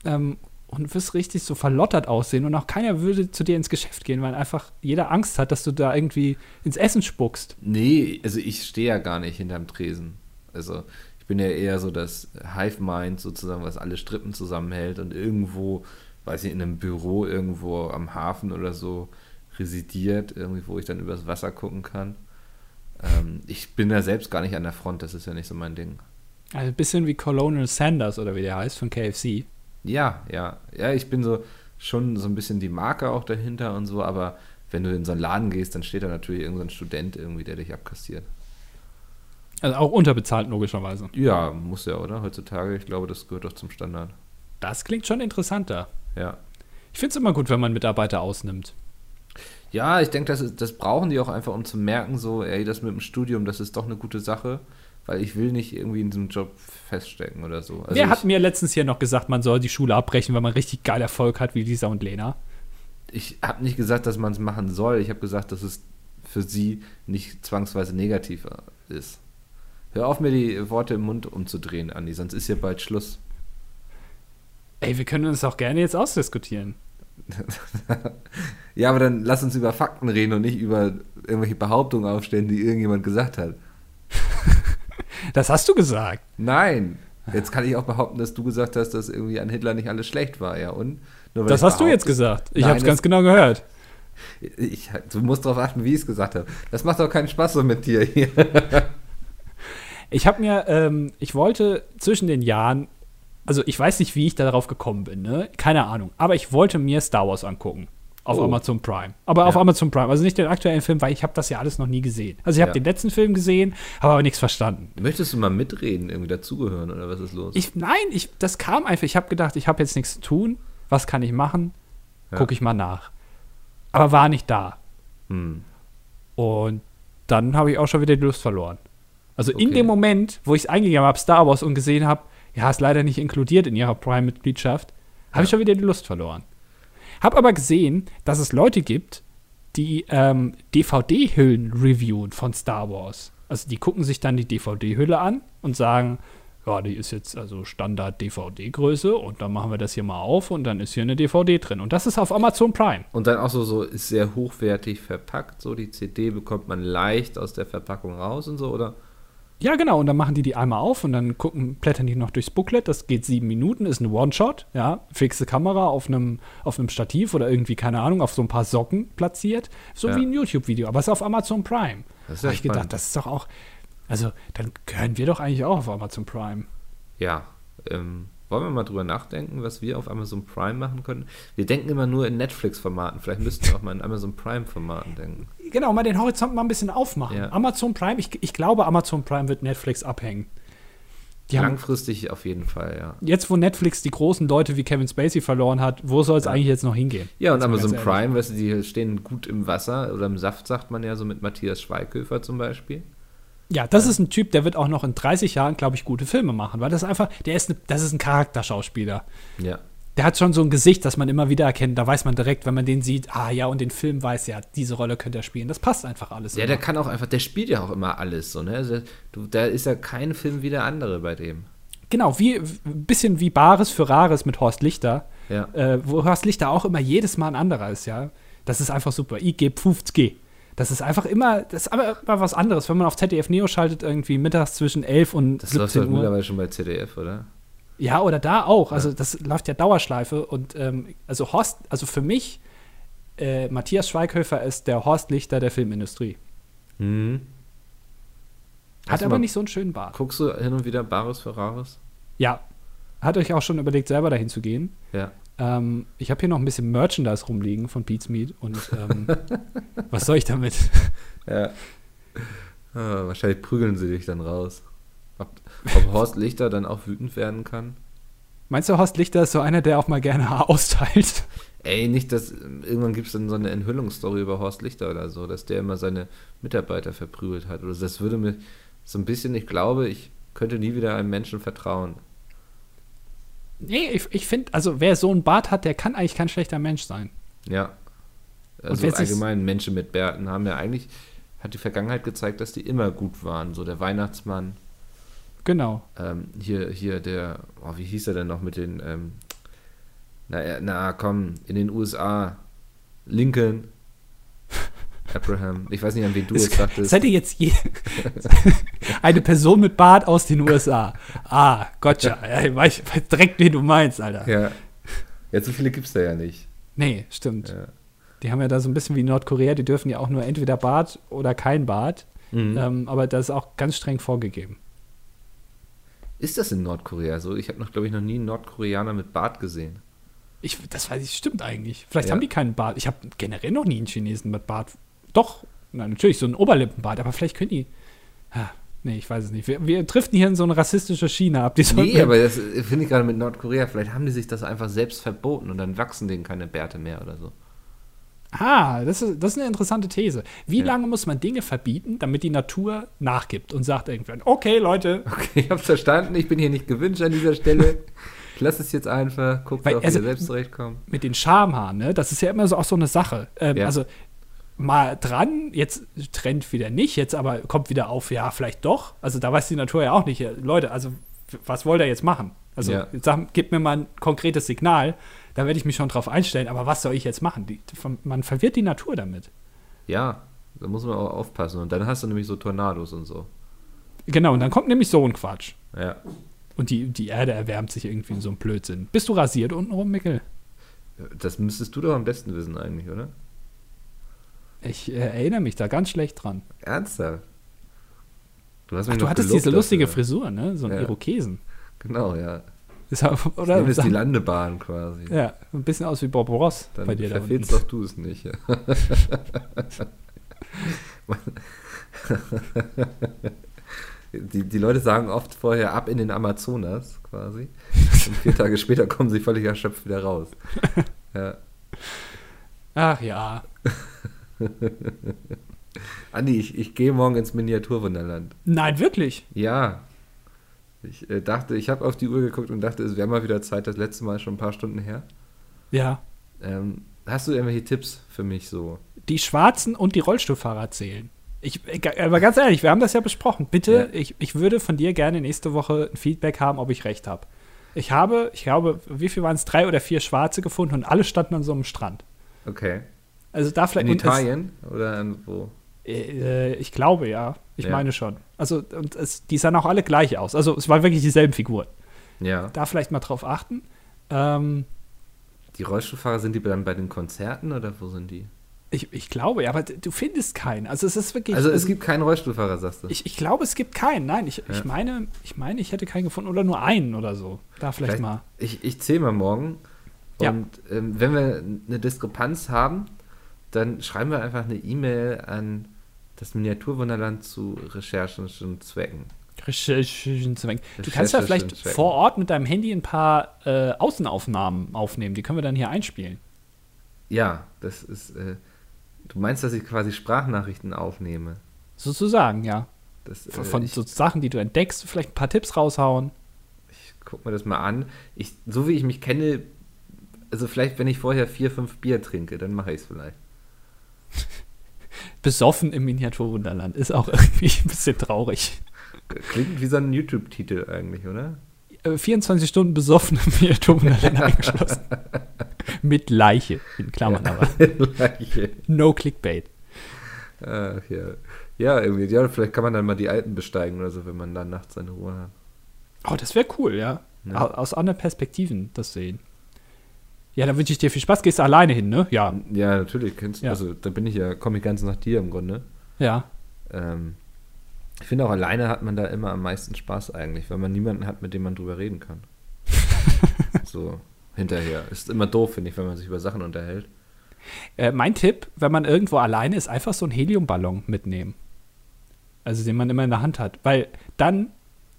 [SPEAKER 1] ähm, und wirst richtig so verlottert aussehen und auch keiner würde zu dir ins Geschäft gehen, weil einfach jeder Angst hat, dass du da irgendwie ins Essen spuckst.
[SPEAKER 2] Nee, also ich stehe ja gar nicht hinterm Tresen. Also ich bin ja eher so das Hive Mind sozusagen, was alle Strippen zusammenhält und irgendwo, weiß ich, in einem Büro irgendwo am Hafen oder so residiert, irgendwie, wo ich dann übers Wasser gucken kann. Ähm, ich bin da selbst gar nicht an der Front, das ist ja nicht so mein Ding.
[SPEAKER 1] Also ein bisschen wie Colonel Sanders oder wie der heißt von KFC.
[SPEAKER 2] Ja, ja, ja, ich bin so schon so ein bisschen die Marke auch dahinter und so, aber wenn du in so einen Laden gehst, dann steht da natürlich irgendein Student irgendwie, der dich abkassiert.
[SPEAKER 1] Also auch unterbezahlt logischerweise.
[SPEAKER 2] Ja, muss ja, oder? Heutzutage, ich glaube, das gehört doch zum Standard.
[SPEAKER 1] Das klingt schon interessanter.
[SPEAKER 2] Ja.
[SPEAKER 1] Ich finde es immer gut, wenn man Mitarbeiter ausnimmt.
[SPEAKER 2] Ja, ich denke, das, ist- das brauchen die auch einfach, um zu merken, so, ey, das mit dem Studium, das ist doch eine gute Sache, weil ich will nicht irgendwie in diesem Job feststecken oder so. Also
[SPEAKER 1] Wer hat
[SPEAKER 2] ich,
[SPEAKER 1] mir letztens hier noch gesagt, man soll die Schule abbrechen, wenn man richtig geil Erfolg hat wie Lisa und Lena?
[SPEAKER 2] ich habe nicht gesagt, dass man es machen soll. Ich habe gesagt, dass es für sie nicht zwangsweise negativ ist. Hör auf, mir die Worte im Mund umzudrehen, Andi, sonst ist hier bald Schluss.
[SPEAKER 1] Ey, wir können uns auch gerne jetzt ausdiskutieren.
[SPEAKER 2] Ja, aber dann lass uns über Fakten reden und nicht über irgendwelche Behauptungen aufstellen, die irgendjemand gesagt hat.
[SPEAKER 1] Das hast du gesagt.
[SPEAKER 2] Nein. Jetzt kann ich auch behaupten, dass du gesagt hast, dass irgendwie an Hitler nicht alles schlecht war, ja. Und Nur weil
[SPEAKER 1] Das
[SPEAKER 2] ich
[SPEAKER 1] hast du jetzt
[SPEAKER 2] behaupte-
[SPEAKER 1] gesagt. Ich
[SPEAKER 2] Nein,
[SPEAKER 1] habe es
[SPEAKER 2] das-
[SPEAKER 1] ganz genau gehört.
[SPEAKER 2] Ich, du musst darauf achten, wie ich es gesagt habe. Das macht doch keinen Spaß so mit dir hier.
[SPEAKER 1] Ich habe mir, ähm, ich wollte zwischen den Jahren, also ich weiß nicht, wie ich darauf gekommen bin, ne? Keine Ahnung. Aber ich wollte mir Star Wars angucken. Auf
[SPEAKER 2] Oh.
[SPEAKER 1] Amazon Prime. Aber auf
[SPEAKER 2] Ja.
[SPEAKER 1] Amazon Prime. Also nicht den aktuellen Film, weil ich habe das ja alles noch nie gesehen. Also ich habe
[SPEAKER 2] Ja.
[SPEAKER 1] den letzten Film gesehen, habe aber nichts verstanden.
[SPEAKER 2] Möchtest du mal mitreden, irgendwie dazugehören oder was ist los?
[SPEAKER 1] Ich, nein, ich, das kam einfach. Ich habe gedacht, ich habe jetzt nichts zu tun. Was kann ich machen?
[SPEAKER 2] Ja.
[SPEAKER 1] Gucke ich mal nach. Aber war nicht da.
[SPEAKER 2] Hm.
[SPEAKER 1] Und dann habe ich auch schon wieder die Lust verloren. Also in
[SPEAKER 2] Okay.
[SPEAKER 1] dem Moment, wo ich es eingegeben habe, Star Wars, und gesehen habe, ja, ist leider nicht inkludiert in ihrer Prime-Mitgliedschaft, habe ich schon wieder die Lust verloren. Habe aber gesehen, dass es Leute gibt, die ähm, DVD-Hüllen reviewen von Star Wars. Also die gucken sich dann die DVD-Hülle an und sagen, ja, die ist jetzt also Standard-DVD-Größe und dann machen wir das hier mal auf und dann ist hier eine DVD drin. Und das ist auf Amazon Prime.
[SPEAKER 2] Und dann auch so, so ist sehr hochwertig verpackt, so die CD bekommt man leicht aus der Verpackung raus und so, oder?
[SPEAKER 1] Ja, genau, und dann machen die die einmal auf und dann gucken, blättern die noch durchs Booklet. Das geht sieben Minuten, ist ein One-Shot, ja. Fixe Kamera auf einem, auf einem Stativ oder irgendwie, keine Ahnung, auf so ein paar Socken platziert. So
[SPEAKER 2] Ja.
[SPEAKER 1] wie ein YouTube-Video, aber es ist auf Amazon Prime.
[SPEAKER 2] Das ist ja
[SPEAKER 1] Habe ich gedacht,
[SPEAKER 2] spannend.
[SPEAKER 1] das ist doch auch. Also, dann gehören wir doch eigentlich auch auf Amazon Prime.
[SPEAKER 2] Ja. Ähm, wollen wir mal drüber nachdenken, was wir auf Amazon Prime machen können? Wir denken immer nur in Netflix-Formaten. Vielleicht müssten wir auch mal in Amazon Prime-Formaten denken.
[SPEAKER 1] Genau, mal den Horizont mal ein bisschen aufmachen.
[SPEAKER 2] Ja.
[SPEAKER 1] Amazon Prime, ich, ich glaube, Amazon Prime wird Netflix abhängen. Die haben,
[SPEAKER 2] Langfristig auf jeden Fall, ja.
[SPEAKER 1] jetzt, wo Netflix die großen Leute wie Kevin Spacey verloren hat, wo soll es
[SPEAKER 2] Ja.
[SPEAKER 1] eigentlich jetzt noch hingehen?
[SPEAKER 2] Ja, und
[SPEAKER 1] Jetzt mal
[SPEAKER 2] Amazon
[SPEAKER 1] ganz ehrlich.
[SPEAKER 2] Prime, weißt du, die stehen gut im Wasser oder im Saft, sagt man ja so mit Matthias Schweighöfer zum Beispiel.
[SPEAKER 1] Ja, das ist ein Typ, der wird auch noch in 30 Jahren, glaube ich, gute Filme machen, weil das einfach, der ist, ne, das ist ein Charakterschauspieler.
[SPEAKER 2] Ja.
[SPEAKER 1] Der hat schon so ein Gesicht, das man immer wieder erkennt. Da weiß man direkt, wenn man den sieht, ah ja, und den Film weiß ja, diese Rolle könnte er spielen. Das passt einfach alles.
[SPEAKER 2] Ja,
[SPEAKER 1] immer.
[SPEAKER 2] der kann auch einfach, der spielt ja auch immer alles so, ne? Also, du, da ist ja kein Film wie der andere bei dem.
[SPEAKER 1] genau, wie ein bisschen wie Bares für Rares mit Horst Lichter,
[SPEAKER 2] Ja.
[SPEAKER 1] äh, wo Horst Lichter auch immer jedes Mal ein anderer ist, ja. Das ist einfach super. IG Pfufft G. Das ist einfach immer, das ist aber immer was anderes. Wenn man auf ZDF Neo schaltet, irgendwie mittags zwischen 11 und
[SPEAKER 2] Das läuft ja
[SPEAKER 1] 17 Uhr.
[SPEAKER 2] mittlerweile schon bei ZDF, oder?
[SPEAKER 1] Ja, oder da auch. Also das läuft ja Dauerschleife. Und ähm, also Horst, also für mich, äh, Matthias Schweighöfer ist der Horst Lichter der Filmindustrie.
[SPEAKER 2] Hm.
[SPEAKER 1] Hat
[SPEAKER 2] Hast du
[SPEAKER 1] Mhm. aber
[SPEAKER 2] mal-
[SPEAKER 1] nicht so einen schönen Bart.
[SPEAKER 2] Guckst du hin und wieder Bares für Rares?
[SPEAKER 1] Ja. Hat euch auch schon überlegt, selber dahin zu gehen?
[SPEAKER 2] Ja.
[SPEAKER 1] Ähm, ich habe hier noch ein bisschen Merchandise rumliegen von Beats Meat und ähm, was soll ich damit?
[SPEAKER 2] Ja. Ah, wahrscheinlich prügeln sie dich dann raus. Ob, ob Horst Lichter dann auch wütend werden kann?
[SPEAKER 1] Meinst du, Horst Lichter ist so einer, der auch mal gerne austeilt?
[SPEAKER 2] Ey, nicht, dass irgendwann gibt es dann so eine Enthüllungsstory über Horst Lichter oder so, dass der immer seine Mitarbeiter verprügelt hat. Oder das würde mir so ein bisschen, ich glaube, ich könnte nie wieder einem Menschen vertrauen.
[SPEAKER 1] Nee, ich, ich finde, also wer so einen Bart hat, der kann eigentlich kein schlechter Mensch sein.
[SPEAKER 2] Ja.
[SPEAKER 1] Und
[SPEAKER 2] Also
[SPEAKER 1] wer sich-
[SPEAKER 2] allgemein Menschen mit Bärten haben ja eigentlich, hat die Vergangenheit gezeigt, dass die immer gut waren. So der Weihnachtsmann,
[SPEAKER 1] Genau.
[SPEAKER 2] ähm, hier, hier der, oh, wie hieß er denn noch mit den, ähm, na, ja, na komm, in den USA, Lincoln, Abraham, ich weiß nicht, an wen du
[SPEAKER 1] Es,
[SPEAKER 2] jetzt dachtest.
[SPEAKER 1] es hätte jetzt je eine Person mit Bart aus den USA. Ah, gotcha. Ja, ich weiß, ich weiß direkt, wen du meinst, Alter.
[SPEAKER 2] Ja. Ja, so viele gibt's da ja nicht.
[SPEAKER 1] Nee, stimmt.
[SPEAKER 2] Ja.
[SPEAKER 1] Die haben ja da so ein bisschen wie Nordkorea, die dürfen ja auch nur entweder Bart oder kein Bart.
[SPEAKER 2] Mhm.
[SPEAKER 1] Ähm, aber das ist auch ganz streng vorgegeben.
[SPEAKER 2] Ist das in Nordkorea so? Ich habe noch, glaube ich, noch nie einen Nordkoreaner mit Bart gesehen.
[SPEAKER 1] Ich, das weiß ich, stimmt eigentlich. Vielleicht
[SPEAKER 2] Ja.
[SPEAKER 1] haben die keinen Bart. Ich habe generell noch nie einen Chinesen mit Bart. Doch, na, natürlich so einen Oberlippenbart, aber vielleicht können die. Ah, nee, ich weiß es nicht. Wir, wir driften hier in so ein rassistisches China ab. Die sollten
[SPEAKER 2] Nee,
[SPEAKER 1] wir-
[SPEAKER 2] aber das äh, finde ich gerade mit Nordkorea. Vielleicht haben die sich das einfach selbst verboten und dann wachsen denen keine Bärte mehr oder so.
[SPEAKER 1] Ah, das ist, das ist eine interessante These. Wie
[SPEAKER 2] Ja.
[SPEAKER 1] lange muss man Dinge verbieten, damit die Natur nachgibt und sagt irgendwann, okay, Leute.
[SPEAKER 2] Okay, ich hab's verstanden. Ich bin hier nicht gewünscht an dieser Stelle. Ich lasse es jetzt einfach. Guckt,
[SPEAKER 1] Weil,
[SPEAKER 2] ob
[SPEAKER 1] also-
[SPEAKER 2] ihr selbst zurechtkommt.
[SPEAKER 1] Mit den Schamhaaren, ne? Das ist ja immer so auch so eine Sache. Ähm,
[SPEAKER 2] Ja.
[SPEAKER 1] Also mal dran, jetzt trennt wieder nicht, jetzt aber kommt wieder auf, ja, vielleicht doch. Also da weiß die Natur ja auch nicht, ja, Leute, also w- was wollt ihr jetzt machen? Also
[SPEAKER 2] Ja.
[SPEAKER 1] jetzt sag, gebt mir mal ein konkretes Signal, da werde ich mich schon drauf einstellen, aber was soll ich jetzt machen? Die, man verwirrt die Natur damit.
[SPEAKER 2] Ja, da muss man auch aufpassen. Und dann hast du nämlich so Tornados und so.
[SPEAKER 1] Genau, und dann kommt nämlich so ein Quatsch.
[SPEAKER 2] Ja.
[SPEAKER 1] Und die, die Erde erwärmt sich irgendwie in so einem Blödsinn. Bist du rasiert untenrum, Mickel?
[SPEAKER 2] Das müsstest du doch am besten wissen eigentlich, oder?
[SPEAKER 1] Ich äh, erinnere mich da ganz schlecht dran.
[SPEAKER 2] Ernsthaft? Du, hast
[SPEAKER 1] Ach,
[SPEAKER 2] mich
[SPEAKER 1] du
[SPEAKER 2] noch
[SPEAKER 1] hattest
[SPEAKER 2] gelobt
[SPEAKER 1] diese lustige
[SPEAKER 2] dafür.
[SPEAKER 1] Frisur, ne? So ein
[SPEAKER 2] Ja.
[SPEAKER 1] Irokesen.
[SPEAKER 2] Genau, ja.
[SPEAKER 1] Ist ja-
[SPEAKER 2] Dann
[SPEAKER 1] oder?
[SPEAKER 2] ist die Landebahn quasi.
[SPEAKER 1] ja, ein bisschen aus wie Bob Ross
[SPEAKER 2] Dann
[SPEAKER 1] bei dir da
[SPEAKER 2] verfehlst
[SPEAKER 1] unten.
[SPEAKER 2] doch du es nicht. ja. die, die Leute sagen oft vorher ab in den Amazonas quasi. Und vier Tage später kommen sie völlig erschöpft wieder raus. Ja.
[SPEAKER 1] Ach ja.
[SPEAKER 2] Andi, ich, ich gehe morgen ins Miniaturwunderland.
[SPEAKER 1] Nein, wirklich.
[SPEAKER 2] Ja. Ich äh, dachte, ich habe auf die Uhr geguckt und dachte, es wäre mal wieder Zeit, das letzte Mal ist schon ein paar Stunden her.
[SPEAKER 1] Ja.
[SPEAKER 2] Ähm, hast du irgendwelche Tipps für mich so?
[SPEAKER 1] Die Schwarzen und die Rollstuhlfahrer zählen. Ich, äh, aber ganz ehrlich, wir haben das ja besprochen. Bitte, Ich, ich würde von dir gerne nächste Woche ein Feedback haben, ob ich recht habe. Ich habe, ich glaube, wie viel waren es? Drei oder vier Schwarze gefunden und alle standen an so einem Strand.
[SPEAKER 2] Okay.
[SPEAKER 1] Also da vielleicht
[SPEAKER 2] In
[SPEAKER 1] und es-
[SPEAKER 2] Italien oder an wo?
[SPEAKER 1] Äh, ich glaube ja. Ich
[SPEAKER 2] Ja.
[SPEAKER 1] meine schon. Also, und es, die sahen auch alle gleich aus. Also, es waren wirklich dieselben Figuren.
[SPEAKER 2] Ja.
[SPEAKER 1] Da vielleicht mal drauf achten. Ähm,
[SPEAKER 2] Die Rollstuhlfahrer sind die dann bei den Konzerten oder wo sind die?
[SPEAKER 1] ich, ich glaube ja, aber d- du findest keinen. Also, es ist wirklich.
[SPEAKER 2] Also es gibt keinen Rollstuhlfahrer, sagst du.
[SPEAKER 1] Ich, ich glaube, es gibt keinen. Nein, ich,
[SPEAKER 2] Ja.
[SPEAKER 1] ich, meine, ich meine, ich hätte keinen gefunden oder nur einen oder so. Da vielleicht,
[SPEAKER 2] Vielleicht-
[SPEAKER 1] mal.
[SPEAKER 2] Ich, ich zähle mal morgen.
[SPEAKER 1] Ja.
[SPEAKER 2] Und ähm, wenn wir eine Diskrepanz haben, dann schreiben wir einfach eine E-Mail an das Miniaturwunderland zu recherchischen Zwecken.
[SPEAKER 1] Recherchen zu lenken. Du kannst ja vielleicht
[SPEAKER 2] Recherchen.
[SPEAKER 1] vor Ort mit deinem Handy ein paar äh, Außenaufnahmen aufnehmen. Die können wir dann hier einspielen.
[SPEAKER 2] Ja, das ist. Äh, du meinst, dass ich quasi Sprachnachrichten aufnehme?
[SPEAKER 1] Sozusagen, ja.
[SPEAKER 2] Das, äh,
[SPEAKER 1] Von, von
[SPEAKER 2] ich,
[SPEAKER 1] so Sachen, die du entdeckst, vielleicht ein paar Tipps raushauen.
[SPEAKER 2] ich guck mir das mal an. Ich, so wie ich mich kenne, also vielleicht, wenn ich vorher vier, fünf Bier trinke, dann mache ich es vielleicht.
[SPEAKER 1] Besoffen im Miniaturwunderland ist auch irgendwie ein bisschen traurig.
[SPEAKER 2] Klingt wie so ein YouTube-Titel eigentlich, oder?
[SPEAKER 1] Äh, 24 Stunden besoffen im Miniaturwunderland eingeschlossen. Mit Leiche, in Klammern aber.
[SPEAKER 2] Leiche.
[SPEAKER 1] No Clickbait.
[SPEAKER 2] Ach, ja. Ah, ja, irgendwie. Ja, vielleicht kann man dann mal die Alten besteigen oder so, wenn man dann nachts seine Ruhe hat.
[SPEAKER 1] Oh, das wäre cool, ja.
[SPEAKER 2] Ja.
[SPEAKER 1] Au- Aus anderen Perspektiven das sehen. Ja, dann wünsche ich dir viel Spaß. Gehst du alleine hin, ne? Ja.
[SPEAKER 2] Ja, natürlich. Kennst,
[SPEAKER 1] Ja.
[SPEAKER 2] Also, da bin ich ja, komme ich ganz nach dir im Grunde.
[SPEAKER 1] Ja.
[SPEAKER 2] Ähm, ich finde auch alleine hat man da immer am meisten Spaß eigentlich, weil man niemanden hat, mit dem man drüber reden kann. so, hinterher. Ist immer doof, finde ich, wenn man sich über Sachen unterhält.
[SPEAKER 1] Äh, mein Tipp, wenn man irgendwo alleine ist, einfach so einen Heliumballon mitnehmen. Also den man immer in der Hand hat. Weil dann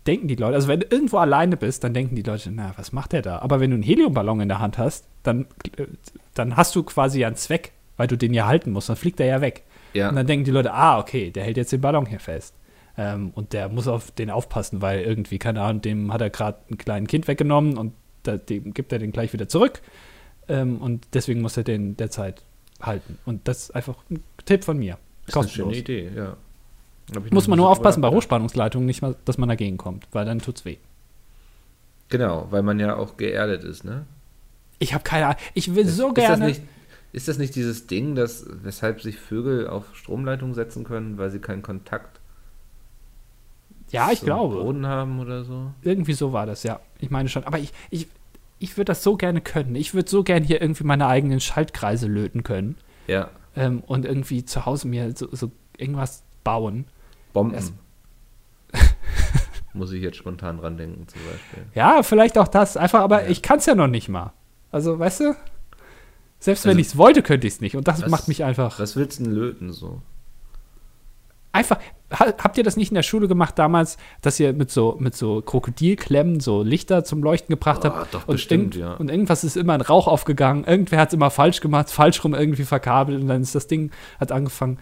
[SPEAKER 1] denken die Leute, also wenn du irgendwo alleine bist, dann denken die Leute, na, was macht der da? Aber wenn du einen Heliumballon in der Hand hast, dann, äh, dann hast du quasi ja einen Zweck, weil du den ja halten musst, dann fliegt er ja weg.
[SPEAKER 2] Ja,
[SPEAKER 1] Und dann denken die Leute, ah, okay, der hält jetzt den Ballon hier fest. Ähm, und der muss auf den aufpassen, weil irgendwie, keine Ahnung, dem hat er gerade ein kleines Kind weggenommen und da, dem gibt er den gleich wieder zurück. Ähm, und deswegen muss er den derzeit halten. Und das ist einfach ein Tipp von mir.
[SPEAKER 2] ist eine schöne
[SPEAKER 1] Kostenlos.
[SPEAKER 2] Idee, ja. Hab ich
[SPEAKER 1] Muss
[SPEAKER 2] noch
[SPEAKER 1] man
[SPEAKER 2] nie
[SPEAKER 1] nur
[SPEAKER 2] so
[SPEAKER 1] aufpassen bei
[SPEAKER 2] drüber
[SPEAKER 1] Hochspannungsleitungen, nicht mal, dass man dagegen kommt, weil dann tut's weh.
[SPEAKER 2] nachgedacht. Genau, weil man ja auch geerdet ist, ne?
[SPEAKER 1] Ich habe keine Ahnung. Ich will so
[SPEAKER 2] Ist das,
[SPEAKER 1] gerne.
[SPEAKER 2] nicht, ist das nicht dieses Ding, dass, weshalb sich Vögel auf Stromleitungen setzen können, weil sie keinen Kontakt
[SPEAKER 1] ja, ich
[SPEAKER 2] zum
[SPEAKER 1] glaube.
[SPEAKER 2] Boden haben oder so?
[SPEAKER 1] Irgendwie so war das, ja. Ich meine schon. Aber ich, ich, ich würde das so gerne können. Ich würde so gerne hier irgendwie meine eigenen Schaltkreise löten können.
[SPEAKER 2] Ja,
[SPEAKER 1] ähm, und irgendwie zu Hause mir so, so irgendwas bauen.
[SPEAKER 2] Bomben.
[SPEAKER 1] Es-
[SPEAKER 2] Muss ich jetzt spontan dran denken, zum Beispiel.
[SPEAKER 1] Ja, vielleicht auch das. Einfach, aber
[SPEAKER 2] Ja.
[SPEAKER 1] ich kann es ja noch nicht mal. Also, weißt du? Selbst wenn
[SPEAKER 2] Also-
[SPEAKER 1] ich es wollte, könnte ich es nicht. Und das
[SPEAKER 2] Was-
[SPEAKER 1] macht mich einfach.
[SPEAKER 2] Was willst du denn löten so?
[SPEAKER 1] Einfach. Ha, habt ihr das nicht in der Schule gemacht damals, dass ihr mit so, mit so Krokodilklemmen so Lichter zum Leuchten gebracht
[SPEAKER 2] Ah,
[SPEAKER 1] habt?
[SPEAKER 2] doch,
[SPEAKER 1] und irgend-
[SPEAKER 2] bestimmt, ja.
[SPEAKER 1] Und irgendwas ist immer in Rauch aufgegangen. Irgendwer hat es immer falsch gemacht, falsch rum irgendwie verkabelt. Und dann ist das Ding, hat angefangen.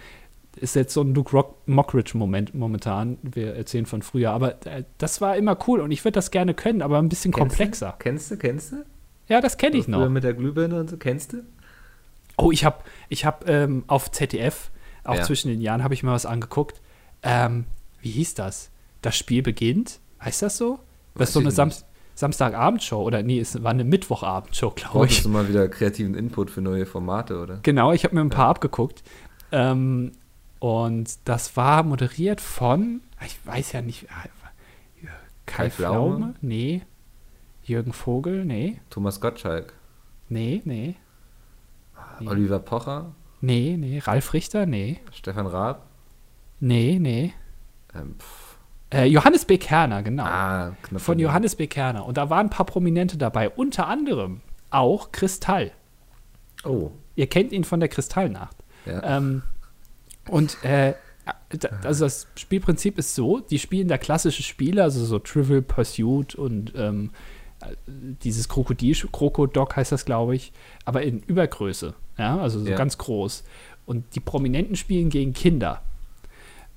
[SPEAKER 1] Ist jetzt so ein Luke Rock Mockridge-Moment momentan. Wir erzählen von früher. Aber äh, das war immer cool und ich würde das gerne können, aber ein bisschen
[SPEAKER 2] Kennst du?
[SPEAKER 1] komplexer.
[SPEAKER 2] Kennst du, kennst du?
[SPEAKER 1] Ja, das kenne ich
[SPEAKER 2] Früher
[SPEAKER 1] noch.
[SPEAKER 2] Mit der Glühbirne und so, kennst du?
[SPEAKER 1] Oh, ich habe ich hab, ähm, auf ZDF, auch
[SPEAKER 2] Ja.
[SPEAKER 1] zwischen den Jahren, habe ich mir was angeguckt. Ähm, wie hieß das? Das Spiel beginnt? Heißt das so? Das
[SPEAKER 2] Weiß
[SPEAKER 1] ist so
[SPEAKER 2] ich
[SPEAKER 1] eine Sam
[SPEAKER 2] nicht.
[SPEAKER 1] Samstagabendshow oder nee, es war eine Mittwochabendshow, glaube ich.
[SPEAKER 2] Brauchst du mal wieder kreativen Input für neue Formate, oder?
[SPEAKER 1] Genau, ich habe mir ein paar abgeguckt. Ähm, und das war moderiert von, Ich weiß ja nicht. ah, Jür- Kai,
[SPEAKER 2] Kai
[SPEAKER 1] Pflaume?
[SPEAKER 2] Pflaume?
[SPEAKER 1] Nee. Jürgen Vogel? Nee.
[SPEAKER 2] Thomas Gottschalk,
[SPEAKER 1] Nee, nee. Nee.
[SPEAKER 2] Oliver Pocher,
[SPEAKER 1] Nee, nee. Ralf Richter? Nee.
[SPEAKER 2] Stefan Raab.
[SPEAKER 1] Nee, nee.
[SPEAKER 2] Ähm, pff,
[SPEAKER 1] Äh, Johannes B. Kerner, genau.
[SPEAKER 2] ah, knapp
[SPEAKER 1] Von
[SPEAKER 2] daneben.
[SPEAKER 1] Johannes B. Kerner. Und da waren ein paar Prominente dabei. Unter anderem auch Kristall.
[SPEAKER 2] Oh,
[SPEAKER 1] Ihr kennt ihn von der Kristallnacht.
[SPEAKER 2] ja.
[SPEAKER 1] Ähm, und äh, da- also das Spielprinzip ist so, die spielen da klassische Spiele, also so Trivial Pursuit und ähm, äh, dieses Krokodil, Krokodok heißt das, glaube ich, aber in Übergröße, ja, also so
[SPEAKER 2] Ja.
[SPEAKER 1] ganz groß. Und die Prominenten spielen gegen Kinder.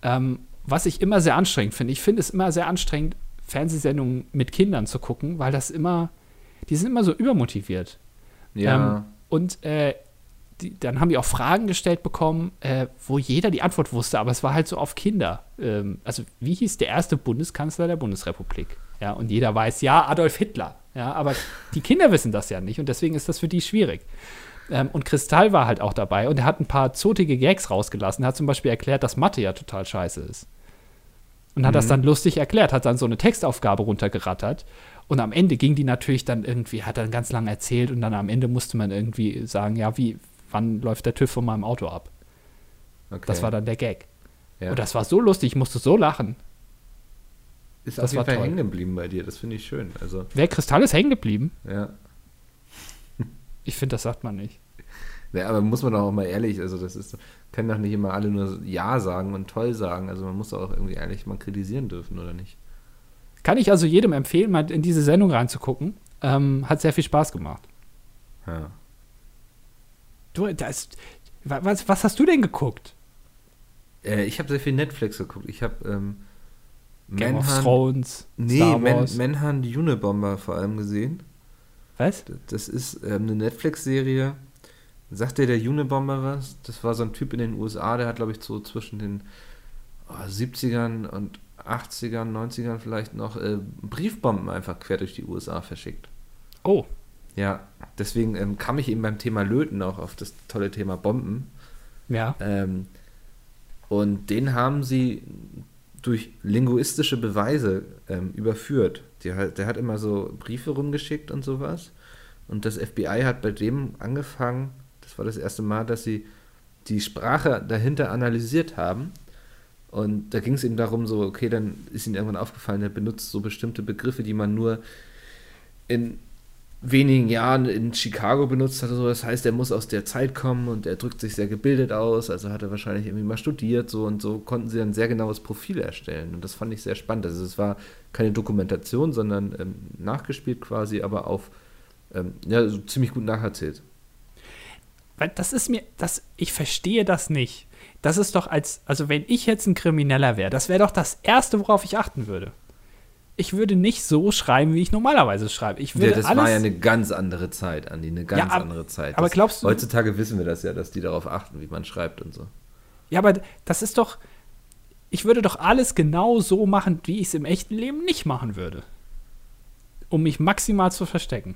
[SPEAKER 1] Ähm, was ich immer sehr anstrengend finde. Ich finde es immer sehr anstrengend, Fernsehsendungen mit Kindern zu gucken, weil das immer, die sind immer so übermotiviert.
[SPEAKER 2] ja.
[SPEAKER 1] Ähm, und äh, die, dann haben die auch Fragen gestellt bekommen, äh, wo jeder die Antwort wusste, aber es war halt so auf Kinder. Ähm, also wie hieß der erste Bundeskanzler der Bundesrepublik? Ja, und jeder weiß, ja, Adolf Hitler. Ja, aber die Kinder wissen das ja nicht und deswegen ist das für die schwierig. Ähm, und Kristall war halt auch dabei und er hat ein paar zotige Gags rausgelassen. Er hat zum Beispiel erklärt, dass Mathe ja total scheiße ist. Und hat das
[SPEAKER 2] Mhm.
[SPEAKER 1] dann lustig erklärt, hat dann so eine Textaufgabe runtergerattert. Und am Ende ging die natürlich dann irgendwie, hat dann ganz lange erzählt und dann am Ende musste man irgendwie sagen, ja, wie, wann läuft der TÜV von meinem Auto ab?
[SPEAKER 2] okay.
[SPEAKER 1] Das war dann der Gag.
[SPEAKER 2] ja.
[SPEAKER 1] Und Oh, das war so lustig, ich musste so lachen.
[SPEAKER 2] ist
[SPEAKER 1] das
[SPEAKER 2] auf jeden
[SPEAKER 1] war
[SPEAKER 2] Fall
[SPEAKER 1] toll.
[SPEAKER 2] hängen geblieben bei dir. Das finde ich schön. Also,
[SPEAKER 1] Wer Kristall ist hängen geblieben?
[SPEAKER 2] ja.
[SPEAKER 1] Ich finde, das sagt man nicht.
[SPEAKER 2] Ja, aber muss man doch auch mal ehrlich, also das ist, können doch nicht immer alle nur Ja sagen und toll sagen. Also man muss auch irgendwie ehrlich mal kritisieren dürfen, oder nicht?
[SPEAKER 1] Kann ich also jedem empfehlen, mal in diese Sendung reinzugucken. Ähm, hat sehr viel Spaß gemacht.
[SPEAKER 2] Ja.
[SPEAKER 1] Du, das, wa- was, was hast du denn geguckt?
[SPEAKER 2] Äh, ich habe sehr viel Netflix geguckt. Ich habe ähm,
[SPEAKER 1] Game of
[SPEAKER 2] Manhunt-
[SPEAKER 1] Thrones,
[SPEAKER 2] Nee,
[SPEAKER 1] Star
[SPEAKER 2] Man,
[SPEAKER 1] Wars.
[SPEAKER 2] Manhunt Unibomber vor allem gesehen.
[SPEAKER 1] was?
[SPEAKER 2] Das ist ähm, eine Netflix-Serie. Sagt dir der Unibomber was? Das war so ein Typ in den USA, der hat, glaube ich, so zwischen den oh, 70ern und 80ern, 90ern vielleicht noch äh, Briefbomben einfach quer durch die USA verschickt.
[SPEAKER 1] Oh,
[SPEAKER 2] Ja, deswegen ähm, kam ich eben beim Thema Löten auch auf das tolle Thema Bomben.
[SPEAKER 1] ja.
[SPEAKER 2] Ähm, und den haben sie durch linguistische Beweise ähm, überführt. Der hat, der hat immer so Briefe rumgeschickt und sowas. Und das FBI hat bei dem angefangen, das war das erste Mal, dass sie die Sprache dahinter analysiert haben. Und da ging es ihm darum, so, okay, dann ist ihnen irgendwann aufgefallen, er benutzt so bestimmte Begriffe, die man nur in wenigen Jahren in Chicago benutzt hat. oder So. Das heißt, er muss aus der Zeit kommen und er drückt sich sehr gebildet aus. Also hat er wahrscheinlich irgendwie mal studiert so und so konnten sie ein sehr genaues Profil erstellen. Und das fand ich sehr spannend. Also es war keine Dokumentation, sondern ähm, nachgespielt quasi, aber auf ähm, ja, so ziemlich gut nacherzählt.
[SPEAKER 1] Weil das ist mir, das, ich verstehe das nicht. Das ist doch als, also wenn ich jetzt ein Krimineller wäre, das wäre doch das Erste, worauf ich achten würde. Ich würde nicht so schreiben, wie ich normalerweise schreibe. Ich würde
[SPEAKER 2] Ja, das
[SPEAKER 1] alles,
[SPEAKER 2] war ja eine ganz andere Zeit, Andi, eine ganz
[SPEAKER 1] ab-
[SPEAKER 2] andere Zeit.
[SPEAKER 1] aber
[SPEAKER 2] das,
[SPEAKER 1] glaubst du-
[SPEAKER 2] Heutzutage wissen wir das ja, dass die darauf achten, wie man schreibt und so.
[SPEAKER 1] ja, aber das ist doch, ich würde doch alles genau so machen, wie ich es im echten Leben nicht machen würde. Um mich maximal zu verstecken.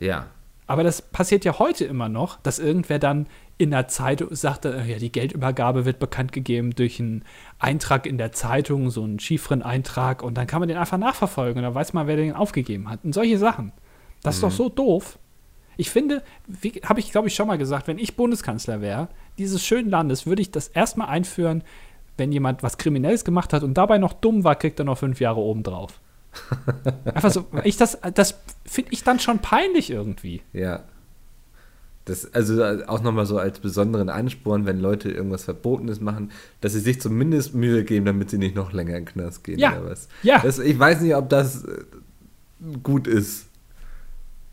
[SPEAKER 2] Ja,
[SPEAKER 1] Aber das passiert ja heute immer noch, dass irgendwer dann in der Zeitung sagt, äh, ja, die Geldübergabe wird bekannt gegeben durch einen Eintrag in der Zeitung, so einen schieferen Eintrag und dann kann man den einfach nachverfolgen und dann weiß man, wer den aufgegeben hat und solche Sachen. Das ist doch so doof. Ich finde, wie habe ich glaube ich schon mal gesagt, wenn ich Bundeskanzler wäre, dieses schönen Landes, würde ich das erstmal einführen, wenn jemand was Kriminelles gemacht hat und dabei noch dumm war, kriegt er noch fünf Jahre obendrauf. Einfach so, ich das, das finde ich dann schon peinlich irgendwie.
[SPEAKER 2] Ja. Das, also äh, auch nochmal so als besonderen Ansporn, wenn Leute irgendwas Verbotenes machen, dass sie sich zumindest Mühe geben, damit sie nicht noch länger in den Knast gehen
[SPEAKER 1] Ja,
[SPEAKER 2] oder was.
[SPEAKER 1] ja.
[SPEAKER 2] Das, ich weiß nicht, ob das äh, gut ist.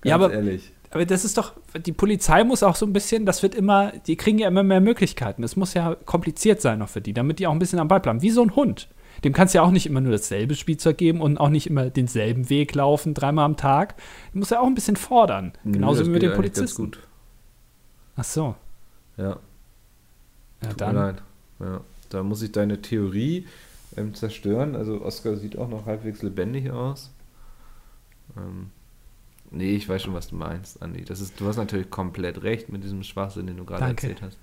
[SPEAKER 2] Ganz
[SPEAKER 1] Ja, aber-
[SPEAKER 2] ehrlich.
[SPEAKER 1] Aber das ist doch, die Polizei muss auch so ein bisschen, das wird immer, die kriegen ja immer mehr Möglichkeiten. Es muss ja kompliziert sein noch für die, damit die auch ein bisschen am Ball bleiben. Wie so ein Hund. Dem kannst du ja auch nicht immer nur dasselbe Spielzeug geben und auch nicht immer denselben Weg laufen, dreimal am Tag. Du musst ja auch ein bisschen fordern. Genauso
[SPEAKER 2] Nö, das
[SPEAKER 1] wie mit
[SPEAKER 2] geht
[SPEAKER 1] den
[SPEAKER 2] eigentlich ganz
[SPEAKER 1] Polizisten.
[SPEAKER 2] Gut.
[SPEAKER 1] Ach so.
[SPEAKER 2] Ja,
[SPEAKER 1] Ja,
[SPEAKER 2] tut mir
[SPEAKER 1] dann.
[SPEAKER 2] leid. Ja, da muss ich deine Theorie ähm, zerstören. Also Oscar sieht auch noch halbwegs lebendig aus. Ähm, nee, ich weiß schon, was du meinst, Andi. Das ist, du hast natürlich komplett recht mit diesem Schwachsinn, den du gerade
[SPEAKER 1] Danke.
[SPEAKER 2] erzählt hast.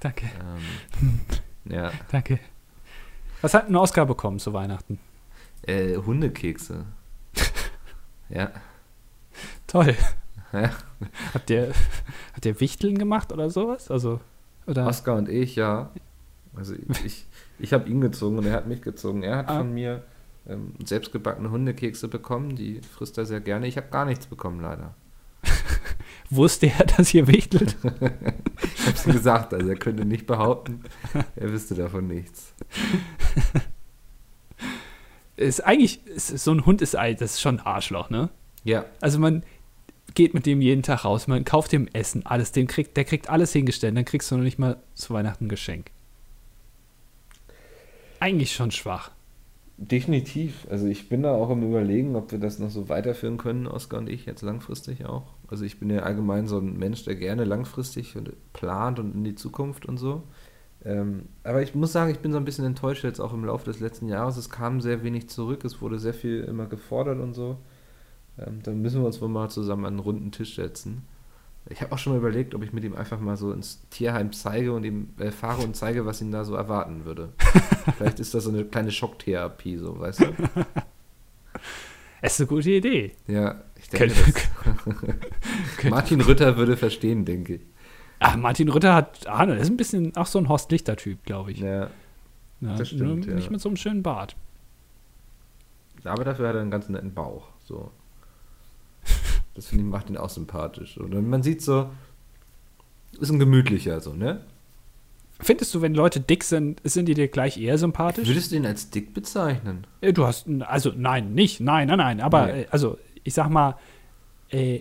[SPEAKER 1] Danke,
[SPEAKER 2] Ähm, ja,
[SPEAKER 1] danke. Was hat ein Oscar bekommen zu Weihnachten?
[SPEAKER 2] Äh, Hundekekse. ja.
[SPEAKER 1] Toll.
[SPEAKER 2] Ja.
[SPEAKER 1] Habt ihr, habt ihr Wichteln gemacht oder sowas? Also, oder?
[SPEAKER 2] Oskar und ich, ja. Also ich, ich habe ihn gezogen und er hat mich gezogen. Er hat
[SPEAKER 1] Ah.
[SPEAKER 2] von mir ähm, selbstgebackene Hundekekse bekommen, die frisst er sehr gerne. Ich habe gar nichts bekommen, leider.
[SPEAKER 1] Wusste er, dass ihr wichtelt?
[SPEAKER 2] Ich habe es ihm gesagt, also er könnte nicht behaupten, er wüsste davon nichts.
[SPEAKER 1] Ist eigentlich, ist, so ein Hund ist, ein- das ist schon ein Arschloch, ne?
[SPEAKER 2] Ja,
[SPEAKER 1] Also man geht mit dem jeden Tag raus, man kauft dem Essen, alles, dem kriegt, der kriegt alles hingestellt, dann kriegst du noch nicht mal zu Weihnachten ein Geschenk. Eigentlich schon schwach.
[SPEAKER 2] definitiv. Also ich bin da auch im Überlegen, ob wir das noch so weiterführen können, Oskar und ich, jetzt langfristig auch. Also ich bin ja allgemein so ein Mensch, der gerne langfristig und plant und in die Zukunft und so. Ähm, aber ich muss sagen, ich bin so ein bisschen enttäuscht jetzt auch im Laufe des letzten Jahres. Es kam sehr wenig zurück, es wurde sehr viel immer gefordert und so. Ähm, dann müssen wir uns wohl mal zusammen an einen runden Tisch setzen. Ich habe auch schon mal überlegt, ob ich mit ihm einfach mal so ins Tierheim zeige und ihm äh, fahre und zeige, was ihn da so erwarten würde. Vielleicht ist das so eine kleine Schocktherapie, so, weißt du?
[SPEAKER 1] Es ist eine gute Idee.
[SPEAKER 2] Ja, ich denke.
[SPEAKER 1] Könnte-
[SPEAKER 2] das- Martin Rütter würde verstehen, denke ich.
[SPEAKER 1] Ah, Martin Rütter hat Ahnung, er ist ein bisschen auch so ein Horst Lichter-Typ, glaube ich.
[SPEAKER 2] Ja,
[SPEAKER 1] Ja,
[SPEAKER 2] das stimmt,
[SPEAKER 1] Nur
[SPEAKER 2] ja.
[SPEAKER 1] Nicht mit so einem schönen Bart.
[SPEAKER 2] aber dafür hat er einen ganz netten Bauch. So. Das finde ich macht ihn auch sympathisch. Und man sieht so, ist ein gemütlicher, so, ne?
[SPEAKER 1] Findest du, wenn Leute dick sind, sind die dir gleich eher sympathisch?
[SPEAKER 2] Würdest du ihn als dick bezeichnen?
[SPEAKER 1] Äh, Du hast, also nein, nicht, nein, nein, nein, aber
[SPEAKER 2] Nee.
[SPEAKER 1] äh, also ich sag mal, äh,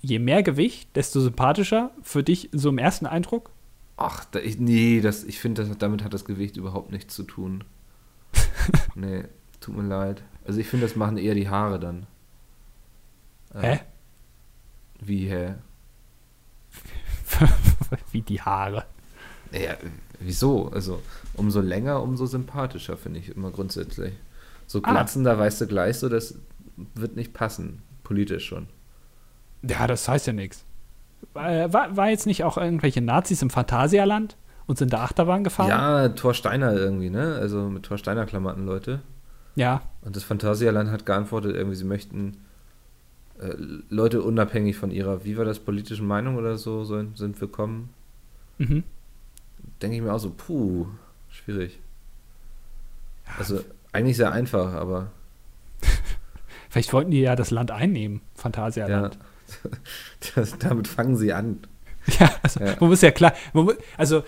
[SPEAKER 1] je mehr Gewicht, desto sympathischer für dich so im ersten Eindruck.
[SPEAKER 2] Ach, da, ich, nee, das, ich finde, das- damit hat das Gewicht überhaupt nichts zu tun. nee, tut mir leid. Also ich finde, das machen eher die Haare dann. Ja.
[SPEAKER 1] Hä?
[SPEAKER 2] Wie, hä?
[SPEAKER 1] Wie die Haare.
[SPEAKER 2] Ja, wieso? Also, umso länger, umso sympathischer, finde ich immer grundsätzlich. So
[SPEAKER 1] Ah.
[SPEAKER 2] glatzen, da weißt du gleich so, das wird nicht passen. Politisch schon.
[SPEAKER 1] Ja, das heißt ja nichts. Äh, war, war jetzt nicht auch irgendwelche Nazis im Phantasialand und sind da Achterbahn gefahren?
[SPEAKER 2] Ja, Thor Steiner irgendwie, ne? Also mit Thor Steiner Klamotten, Leute.
[SPEAKER 1] Ja,
[SPEAKER 2] Und das Phantasialand hat geantwortet, irgendwie, sie möchten äh, Leute unabhängig von ihrer, wie war das, politischen Meinung oder so, sollen, sind willkommen.
[SPEAKER 1] mhm.
[SPEAKER 2] Denke ich mir auch so, puh, schwierig. Also, eigentlich sehr einfach, aber
[SPEAKER 1] Vielleicht wollten die ja das Land einnehmen,
[SPEAKER 2] ja.
[SPEAKER 1] Phantasialand.
[SPEAKER 2] Das, damit fangen sie an.
[SPEAKER 1] Ja, also,
[SPEAKER 2] Ja.
[SPEAKER 1] man muss ja klar, man mu- also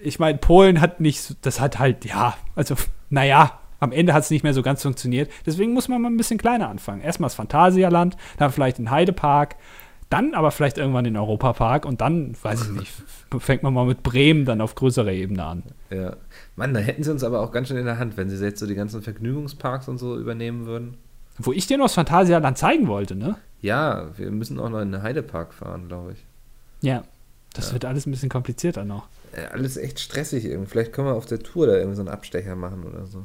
[SPEAKER 1] ich meine, Polen hat nicht, so- das hat halt, ja, also naja, am Ende hat es nicht mehr so ganz funktioniert. Deswegen muss man mal ein bisschen kleiner anfangen. Erstmal das Phantasialand, dann vielleicht den Heidepark, dann aber vielleicht irgendwann den Europapark und dann, weiß ich nicht, fängt man mal mit Bremen dann auf größerer Ebene an.
[SPEAKER 2] Ja. Mann, da hätten sie uns aber auch ganz schön in der Hand, wenn sie jetzt so die ganzen Vergnügungsparks und so übernehmen würden.
[SPEAKER 1] Wo ich dir noch das Phantasialand zeigen wollte, ne?
[SPEAKER 2] Ja, wir müssen auch noch in den Heidepark fahren, glaube ich.
[SPEAKER 1] Ja. Das wird alles ein bisschen komplizierter noch.
[SPEAKER 2] Äh, Alles echt stressig irgendwie. Vielleicht können wir auf der Tour da irgendwie so einen Abstecher machen oder so.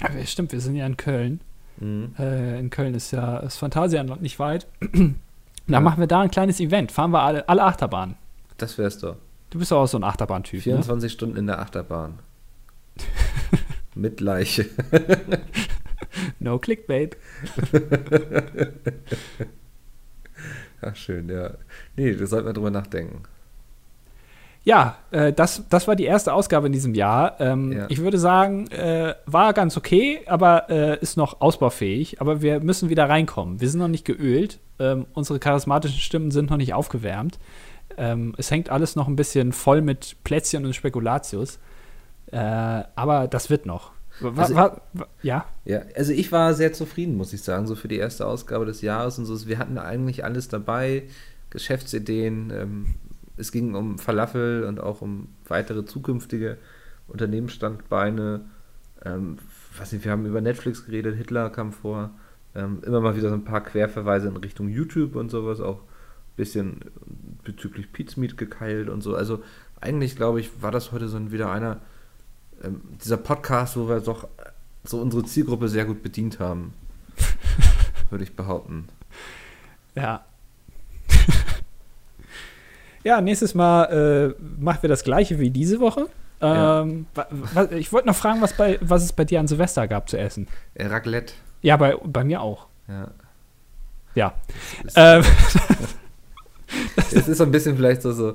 [SPEAKER 1] Aber stimmt, wir sind ja in Köln.
[SPEAKER 2] Mhm.
[SPEAKER 1] äh, in Köln ist ja das Phantasialand nicht weit. Dann
[SPEAKER 2] Ja.
[SPEAKER 1] machen wir da ein kleines Event. Fahren wir alle, alle Achterbahnen.
[SPEAKER 2] Das wär's doch.
[SPEAKER 1] Du bist doch auch so ein Achterbahntyp. Ne?
[SPEAKER 2] 24 Stunden in der Achterbahn. Mit Leiche.
[SPEAKER 1] No Clickbait.
[SPEAKER 2] Ach, schön, ja. Nee, da sollten wir drüber nachdenken.
[SPEAKER 1] Ja, äh, das, das war die erste Ausgabe in diesem Jahr. Ähm,
[SPEAKER 2] Ja.
[SPEAKER 1] Ich würde sagen, äh, war ganz okay, aber äh, ist noch ausbaufähig. Aber wir müssen wieder reinkommen. Wir sind noch nicht geölt. Ähm, unsere charismatischen Stimmen sind noch nicht aufgewärmt. Ähm, es hängt alles noch ein bisschen voll mit Plätzchen und Spekulatius. Äh, aber das wird noch. Wa-
[SPEAKER 2] Also-
[SPEAKER 1] wa- wa- ja?
[SPEAKER 2] Ja, also ich war sehr zufrieden, muss ich sagen, so für die erste Ausgabe des Jahres und so. Wir hatten eigentlich alles dabei, Geschäftsideen, ähm, es ging um Falafel und auch um weitere zukünftige Unternehmensstandbeine. Ähm, weiß nicht, wir haben über Netflix geredet, Hitler kam vor. Ähm, immer mal wieder so ein paar Querverweise in Richtung YouTube und sowas, auch ein bisschen bezüglich Pizmeet gekeilt und so. Also eigentlich, glaube ich, war das heute so ein, wieder einer ähm, dieser Podcast, wo wir doch äh, so unsere Zielgruppe sehr gut bedient haben. würde ich behaupten.
[SPEAKER 1] Ja. ja, nächstes Mal äh, machen wir das gleiche wie diese Woche. Ähm, wa- wa- ich wollte noch fragen, was, bei, was es bei dir an Silvester gab zu essen.
[SPEAKER 2] Äh, Raclette.
[SPEAKER 1] Ja, bei, bei mir auch.
[SPEAKER 2] Ja.
[SPEAKER 1] Ja.
[SPEAKER 2] Ist-
[SPEAKER 1] Ähm,
[SPEAKER 2] Es ist so ein bisschen vielleicht so, so,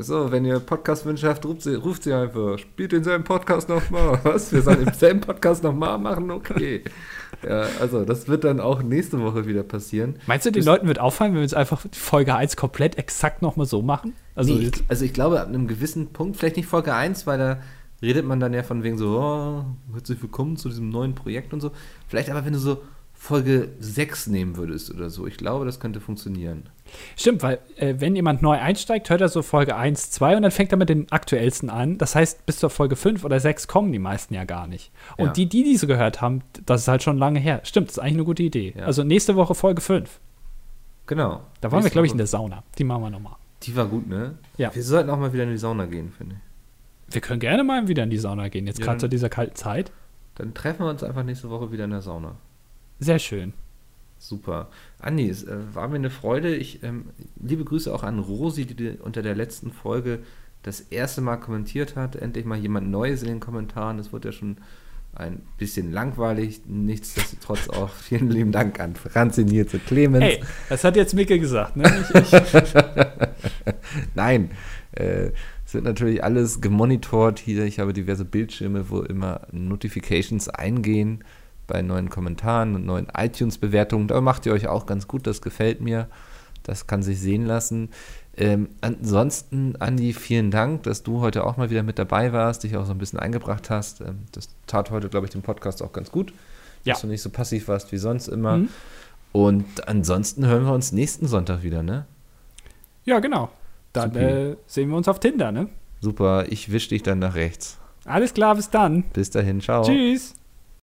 [SPEAKER 2] so wenn ihr Podcast-Wünsche habt, ruft sie, ruft sie einfach. Spielt denselben Podcast nochmal. Was? Wir sollen im selben Podcast nochmal machen? Okay. Ja, also das wird dann auch nächste Woche wieder passieren.
[SPEAKER 1] meinst du, den Leuten wird auffallen, wenn wir jetzt einfach die Folge 1 komplett exakt nochmal so machen? Also,
[SPEAKER 2] Also, nee,
[SPEAKER 1] jetzt,
[SPEAKER 2] ich, also ich glaube, ab einem gewissen Punkt, vielleicht nicht Folge 1, weil da redet man dann ja von wegen so, oh, herzlich willkommen zu diesem neuen Projekt und so. Vielleicht aber, wenn du so Folge 6 nehmen würdest oder so. Ich glaube, das könnte funktionieren.
[SPEAKER 1] stimmt, weil äh, wenn jemand neu einsteigt, hört er so Folge 1, 2 und dann fängt er mit den aktuellsten an. Das heißt, bis zur Folge 5 oder 6 kommen die meisten ja gar nicht. Und
[SPEAKER 2] Ja.
[SPEAKER 1] die, die diese gehört haben, das ist halt schon lange her. Stimmt, das ist eigentlich eine gute Idee.
[SPEAKER 2] Ja.
[SPEAKER 1] Also nächste Woche Folge 5.
[SPEAKER 2] Genau.
[SPEAKER 1] Da waren wir, glaube ich, in
[SPEAKER 2] Nächste
[SPEAKER 1] der Sauna. Die machen wir nochmal.
[SPEAKER 2] Woche. Die war gut, ne?
[SPEAKER 1] Ja.
[SPEAKER 2] Wir sollten auch mal wieder in die Sauna gehen, finde ich.
[SPEAKER 1] Wir können gerne mal wieder in die Sauna gehen, jetzt
[SPEAKER 2] Ja,
[SPEAKER 1] gerade
[SPEAKER 2] dann-
[SPEAKER 1] zu dieser kalten Zeit.
[SPEAKER 2] Dann treffen wir uns einfach nächste Woche wieder in der Sauna.
[SPEAKER 1] Sehr schön.
[SPEAKER 2] Super. Andi, es äh, war mir eine Freude. Ich ähm, liebe Grüße auch an Rosi, die, dir unter der letzten Folge das erste Mal kommentiert hat. Endlich mal jemand Neues in den Kommentaren. Das wurde ja schon ein bisschen langweilig. Nichtsdestotrotz auch vielen lieben Dank an Franzi Nierze Clemens.
[SPEAKER 1] Hey, das hat jetzt Micke gesagt, ne? Ich,
[SPEAKER 2] Nein, äh, es wird natürlich alles gemonitort hier. Ich habe diverse Bildschirme, wo immer Notifications eingehen bei neuen Kommentaren und neuen iTunes-Bewertungen. Da macht ihr euch auch ganz gut, das gefällt mir. Das kann sich sehen lassen. Ähm, ansonsten, Andi, vielen Dank, dass du heute auch mal wieder mit dabei warst, dich auch so ein bisschen eingebracht hast. Ähm, das tat heute, glaube ich, dem Podcast auch ganz gut,
[SPEAKER 1] Ja.
[SPEAKER 2] dass du nicht so passiv warst wie sonst immer.
[SPEAKER 1] Mhm.
[SPEAKER 2] Und ansonsten hören wir uns nächsten Sonntag wieder, ne?
[SPEAKER 1] ja, genau. Dann
[SPEAKER 2] Supi.
[SPEAKER 1] äh, sehen wir uns auf Tinder, ne?
[SPEAKER 2] Super, ich wisch dich dann nach rechts.
[SPEAKER 1] Alles klar, bis dann.
[SPEAKER 2] Bis dahin, ciao.
[SPEAKER 1] Tschüss.